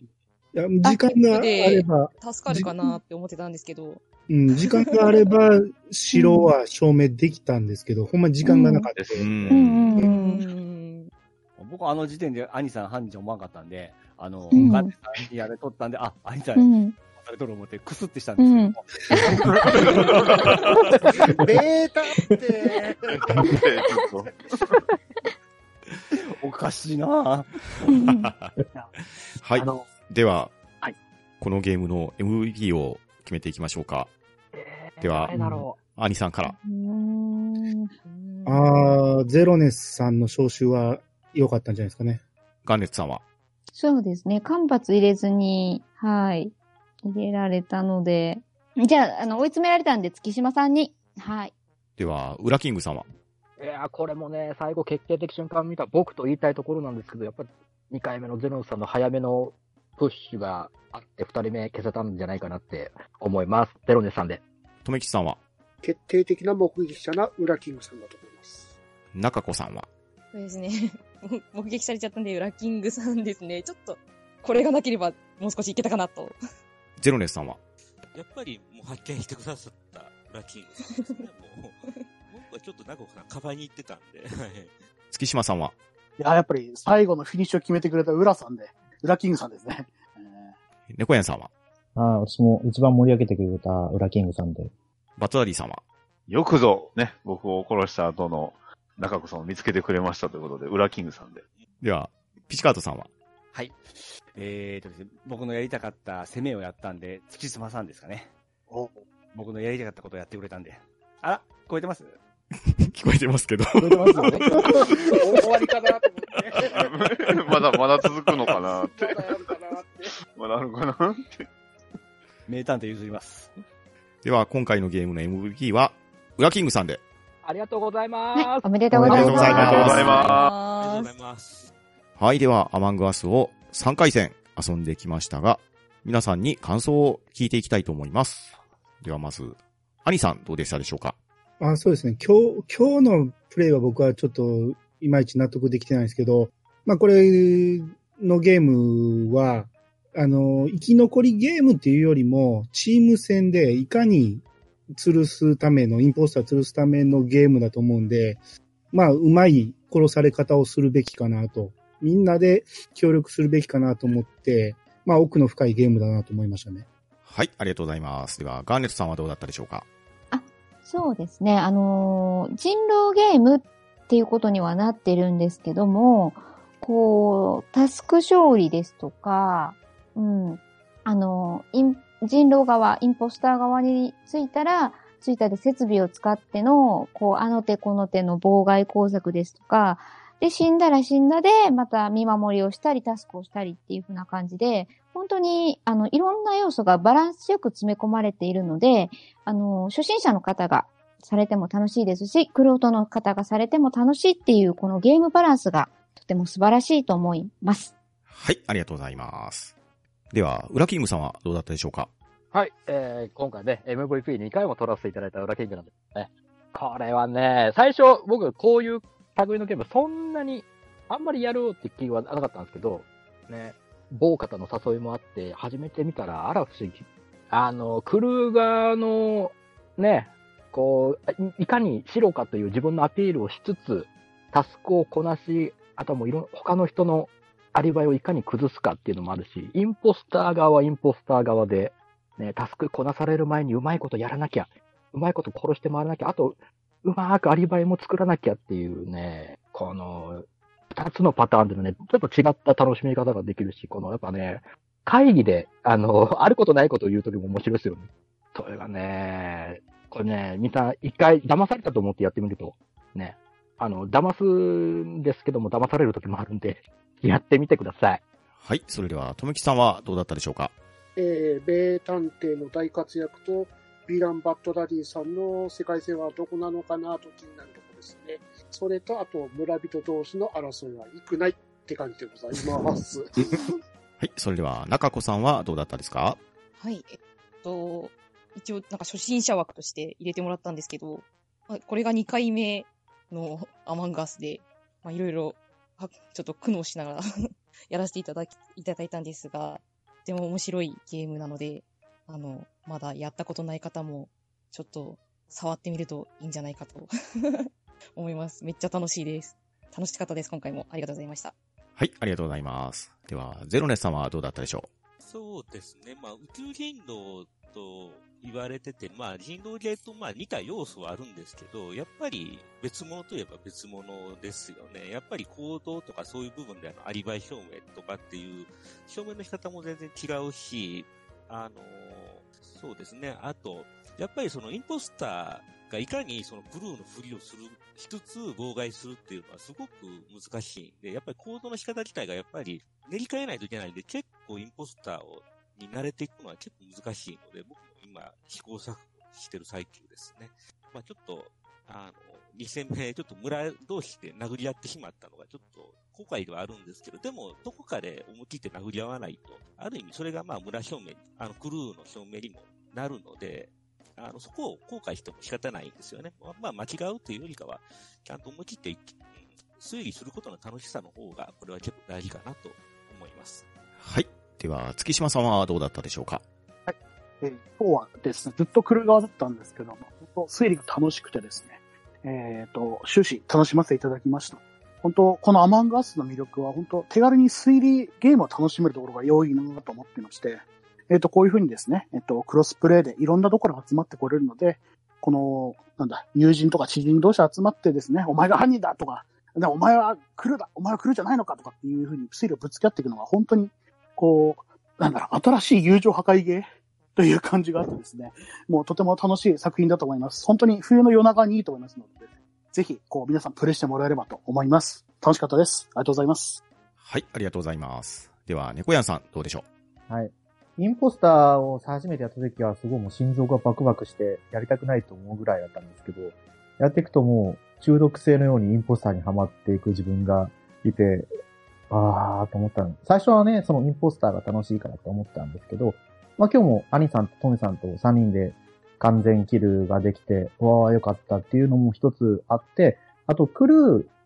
S5: いや時間があれば、
S7: 助かるかなって思ってたんですけど。
S5: うん、時間があ
S11: [LAUGHS]
S5: れば、城は証明できたんですけど、ほんま時間がなかった。
S11: うん
S7: うん
S11: 僕あの時点で兄さん犯人じゃ思わんかったんで、あの、
S5: うん
S11: ガンデさんにやれとったんで、あ、兄さん、
S5: うん
S11: されとる思って、くすってしたん
S5: う
S11: ですけど、
S5: ん。
S14: [LAUGHS] ベータって。
S11: おかしいな
S1: [LAUGHS] はい。では、このゲームの MVP を決めていきましょうか。では
S5: 誰だろ、
S1: アニさんから。
S5: ああ、ゼロネスさんの招集は良かったんじゃないですかね。
S1: ガンネツさんは
S2: そうですね。間髪入れずに、はい。入れられたので。じゃあ、あの、追い詰められたんで、月島さんに。はい。
S1: では、ウラキングさんはい
S12: やーこれもね、最後決定的瞬間見た僕と言いたいところなんですけど、やっぱり2回目のゼロンさんの早めのプッシュがあって、2人目消せたんじゃないかなって思います。ゼロネスさんで。
S1: とめきちさんは
S4: 決定的な目撃者な裏キングさんだと思います。
S1: 中子さんは
S7: そうですね。 [LAUGHS] もう目撃されちゃったんで、ラッキングさんですね。ちょっと、これがなければ、もう少しいけたかなと。
S1: ゼロネスさんは
S8: やっぱりもう発見してくださったラキングさんですね、もう。僕はちょっと中岡さん、カバに行ってたんで、はい。
S1: 月島さんは。
S9: いや、やっぱり最後のフィニッシュを決めてくれた浦さんで、浦キングさんですね。
S1: 猫屋さんは。
S10: ああ、私も一番盛り上げてくれた裏キングさんで。
S1: バツダディさんは。
S3: よくぞ、ね、僕を殺した後の中子さんを見つけてくれましたということで、裏キングさんで。
S1: では、ピチカートさんは。
S11: はい。えーとですね、僕のやりたかった攻めをやったんで、月島さんですかね。僕のやりたかったことをやってくれたんで。あら、聞こえてます
S1: [LAUGHS] 聞こえてますけど。 [LAUGHS]
S14: 終わりかなと思って。
S3: [LAUGHS] まだ、まだ続くのかなって。まだあるかなって。
S11: 名探偵譲ります。
S1: では、今回のゲームの MVP は、ウラキングさんで。
S12: ありがとうございます。
S2: おめでとうございます。
S1: ありがとうござ
S8: あ
S1: い
S8: りがとうございます。
S1: はい、では、アマングアスを3回戦遊んできましたが、皆さんに感想を聞いていきたいと思います。では、まず、アニさん、どうでしたでしょうか
S5: あそうですね。今日、今日のプレイは僕はちょっと、いまいち納得できてないんですけど、まあこれのゲームは、あの、生き残りゲームっていうよりも、チーム戦でいかに吊るすための、インポスター吊るすためのゲームだと思うんで、まあ、うまい殺され方をするべきかなと。みんなで協力するべきかなと思って、まあ、奥の深いゲームだなと思いましたね。
S1: はい、ありがとうございます。では、ガーネットさんはどうだったでしょうか
S2: そうですね。あのー人狼ゲームっていうことにはなってるんですけども、こう、タスク勝利ですとか、うん、あのーイン人狼側、インポスター側についたら、ついたで設備を使っての、こう、あの手この手の妨害工作ですとか、で、死んだら死んだで、また見守りをしたり、タスクをしたりっていう風な感じで、本当に、あの、いろんな要素がバランスよく詰め込まれているので、あの、初心者の方がされても楽しいですし、クロートの方がされても楽しいっていう、このゲームバランスがとても素晴らしいと思います。
S1: はい、ありがとうございます。では、ウラキングさんはどうだったでしょうか
S12: はい、えー、今回ね、MVP2 回も取らせていただいた裏キングなんですけどね。これはね、最初、僕、こういう類のゲーム、そんなに、あんまりやろうって気はなかったんですけど、ね、某方の誘いもあって、始めてみたら、あら不思議。あの、クルーガーの、ね、こう、いいかに白かという自分のアピールをしつつ、タスクをこなし、あとはもういろん、他の人のアリバイをいかに崩すかっていうのもあるし、インポスター側はインポスター側で、ね、タスクこなされる前にうまいことやらなきゃ、うまいこと殺して回らなきゃ、あと、うまーくアリバイも作らなきゃっていうね、この、二つのパターンでのね、ちょっと違った楽しみ方ができるし、このやっぱね、会議で、あの、あ [LAUGHS] ることないことを言うときも面白いですよね。それがね、これね、みんな一回騙されたと思ってやってみると、ね、あの、騙すんですけども、騙されるときもあるんで、やってみてください。
S1: はい、それでは、とめきさんはどうだったでし [LAUGHS] ょうか
S4: えー、米探偵の大活躍と、ヴィラン・バッドダディさんの世界線はどこなのかなと気になるところですね。それと、あと、村人同士の争いは良くないって感じでございます。
S1: はい、それでは、中子さんはどうだったですか
S7: はい、えっと、一応、なんか初心者枠として入れてもらったんですけど、まあこれが2回目のアマンガスで、まあ、いろいろ、はちょっと苦悩しながら [LAUGHS] やらせていただき、いただいたんですが、とても面白いゲームなので、あの、まだやったことない方も、ちょっと触ってみるといいんじゃないかと [LAUGHS] 思います。めっちゃ楽しいです。楽しかったです、今回も。ありがとうございました。
S1: はい、ありがとうございます。では、ゼロネスさんはどうだったでしょ
S8: そうですね。まあ、宇宙人狼と言われてて、まあ、人狼ゲーとまあ似た要素はあるんですけど、やっぱり別物といえば別物ですよね。やっぱり行動とかそういう部分であのアリバイ表明とかっていう、表明の仕方も全然違うし、あの、そうですね。あと、やっぱりそのインポスターがいかにそのブルーのふりをする、しつつ妨害するっていうのはすごく難しいんで、やっぱり行動の仕方自体がやっぱり練り替えないといけないんで、結構インポスターをに慣れていくのは結構難しいので、僕も今試行錯誤してる最中ですね。まあちょっと、あの、2戦目、ちょっと村同士で殴り合ってしまったのがちょっと後悔ではあるんですけど、でもどこかで思い切って殴り合わないと、ある意味それがまあ村表明、あのクルーの表明にもなるので、あの、そこを後悔しても仕方ないんですよね。まあ、まあ間違うというよりかは、ちゃんと思い切ってうん推理することの楽しさの方が、これは結構大事かなと思います。
S1: うはい、では、月島さんはどうだったでしょうか
S9: えー今日はですね、ずっと来る側だったんですけども、本当推理が楽しくてですね、えっ、と、終始楽しませていただきました。本当このアマンガースの魅力は、本当手軽に推理ゲームを楽しめるところが良いなと思ってまして、えっ、と、こういうふうにですね、えっ、と、クロスプレイでいろんなところが集まってこれるので、この、なんだ、友人とか知人同士集まってですね、お前が犯人だとか、でお前は来るだ、お前は来るじゃないのかとかっていうふうに推理をぶつけ合っていくのが本当に、こう、なんだろう、新しい友情破壊ゲー [LAUGHS] という感じがあってですね、もうとても楽しい作品だと思います。本当に冬の夜中にいいと思いますので、ぜひ、こう、皆さんプレイしてもらえればと思います。楽しかったです。ありがとうございます。
S1: はい、ありがとうございます。では、猫やんさん、どうでしょ
S10: はい。インポスターを初めてやった時は、すごいもう心臓がバクバクして、やりたくないと思うぐらいだったんですけど、やっていくともう、中毒性のようにインポスターにはまっていく自分がいて、あーと思ったの。最初はね、そのインポスターが楽しいからと思ったんですけど、まあ今日も兄さんとトメさんと3人で完全キルができて、うわーよかったっていうのも一つあって、あとクル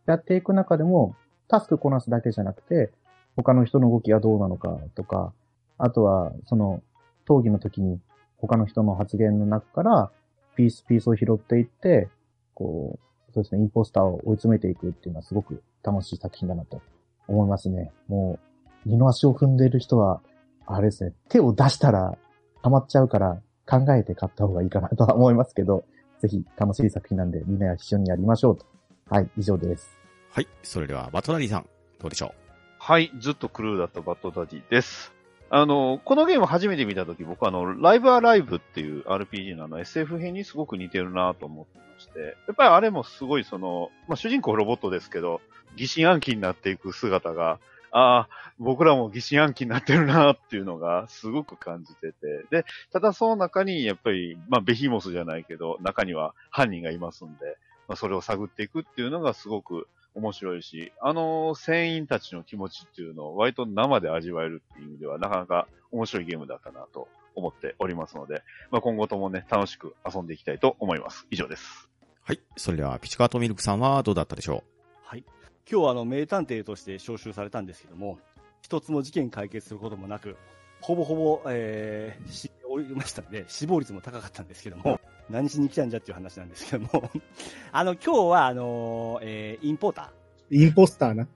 S10: ーやっていく中でも、タスクこなすだけじゃなくて、他の人の動きがどうなのかとか、あとは、その、討議の時に他の人の発言の中から、ピースピースを拾っていって、こう、そうですね、インポスターを追い詰めていくっていうのはすごく楽しい作品だなと思いますね。もう、二の足を踏んでいる人は、あれですね、手を出したら溜まっちゃうから考えて買った方がいいかなとは思いますけど、ぜひ楽しい作品なんでみんな一緒にやりましょうと。はい、以上です。
S1: うはい、それでは、バトナリーさん、どうでしょ
S3: はい、ずっとクルーだったバッドダディです。あの、このゲーム初めて見たとき、僕あの、ライブアライブっていう RPG のあの SF 編にすごく似てるなと思ってまして、やっぱりあれもすごいその、まあ、主人公ロボットですけど、疑心暗鬼になっていく姿が、ああ、僕らも疑心暗鬼になってるなっていうのがすごく感じてて、で、ただその中にやっぱり、まあ、ベヒモスじゃないけど、中には犯人がいますんで、まあ、それを探っていくっていうのがすごく面白いし、あの船員たちの気持ちっていうのを割と生で味わえるっていう意味では、なかなか面白いゲームだったなと思っておりますので、まあ、今後ともね、楽しく遊んでいきたいと思います。以上です。
S1: はい、それでは、ピチカートミルクさんはどうだったでしょ
S11: はい。今日はあの、名探偵として招集されたんですけども、一つも事件解決することもなく、ほぼほぼ、えー、死んでおりましたんで、死亡率も高かったんですけども、何しに来たんじゃっていう話なんですけども、 [LAUGHS] あの、今日はあのーえーインポータ
S5: インポスターな。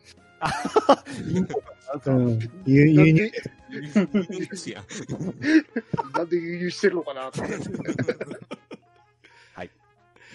S11: ー。インポーターなんですか
S5: うん。輸輸入。
S4: なんで輸入してるのかなと思って。
S11: はい。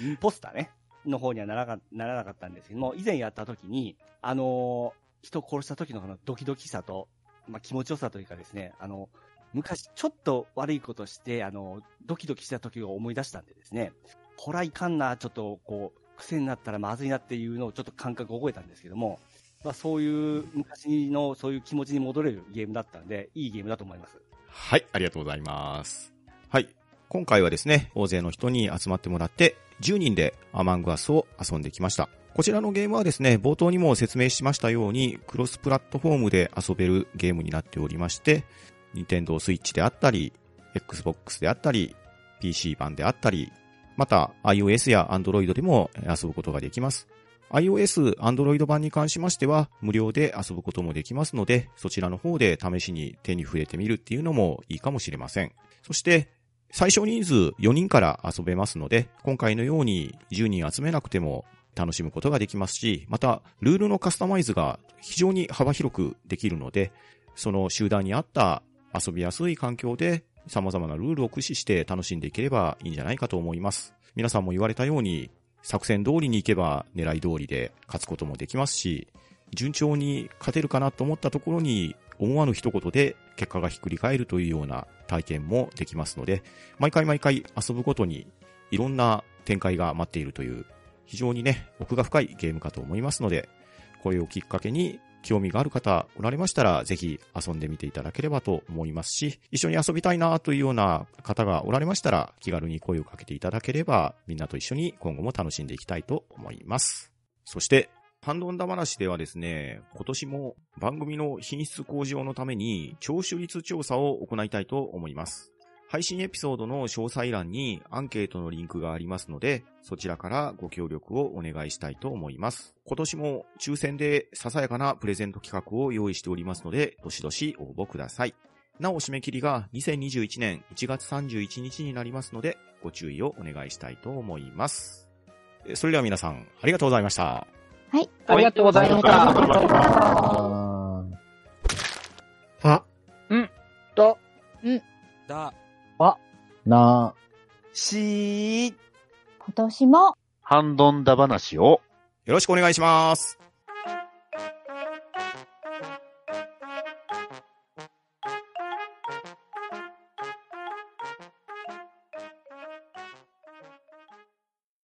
S11: インポスターね。の方にはならなならなかったんですけども、以前やった時に、あのー人を殺した時のこのドキドキさと、まあ、気持ちよさというかですね、あの、昔ちょっと悪いことして、あの、ドキドキした時を思い出したんでですね、こらいかんな、ちょっとこう、癖になったらまずいなっていうのをちょっと感覚を覚えたんですけども、まあ、そういう昔のそういう気持ちに戻れるゲームだったんで、いいゲームだと思います。
S1: うはい、ありがとうございます。はい、今回はですね、大勢の人に集まってもらって、10人でアマングアスを遊んできました。こちらのゲームはですね、冒頭にも説明しましたように、クロスプラットフォームで遊べるゲームになっておりまして、Nintendo Switch であったり、Xbox であったり、PC 版であったり、また iOS や Android でも遊ぶことができます。iOS、Android 版に関しましては、無料で遊ぶこともできますので、そちらの方で試しに手に触れてみるっていうのもいいかもしれません。そして、最小人数4人から遊べますので、今回のように10人集めなくても楽しむことができますし、また、ルールのカスタマイズが非常に幅広くできるので、その集団に合った遊びやすい環境で様々なルールを駆使して楽しんでいければいいんじゃないかと思います。皆さんも言われたように、作戦通りに行けば狙い通りで勝つこともできますし、順調に勝てるかなと思ったところに思わぬ一言で結果がひっくり返るというような体験もできますので、毎回毎回遊ぶごとにいろんな展開が待っているという非常にね、奥が深いゲームかと思いますので、これをきっかけに興味がある方おられましたら、ぜひ遊んでみていただければと思いますし、一緒に遊びたいなというような方がおられましたら、気軽に声をかけていただければ、みんなと一緒に今後も楽しんでいきたいと思います。そして、ハンドンダ話ではですね、今年も番組の品質向上のために聴取率調査を行いたいと思います。配信エピソードの詳細欄にアンケートのリンクがありますので、そちらからご協力をお願いしたいと思います。今年も抽選でささやかなプレゼント企画を用意しておりますので、どしどし応募ください。なお締め切りが2021年1月31日になりますので、ご注意をお願いしたいと思います。えそれでは皆さん、ありがとうございました。
S2: はい。
S12: ありがとうございました。
S5: は、
S12: うん。
S4: と、
S7: うん。
S8: だ、
S12: あ、
S10: な、
S1: し
S2: 今年も、
S3: ハンドンダ話を
S1: よろしくお願いします。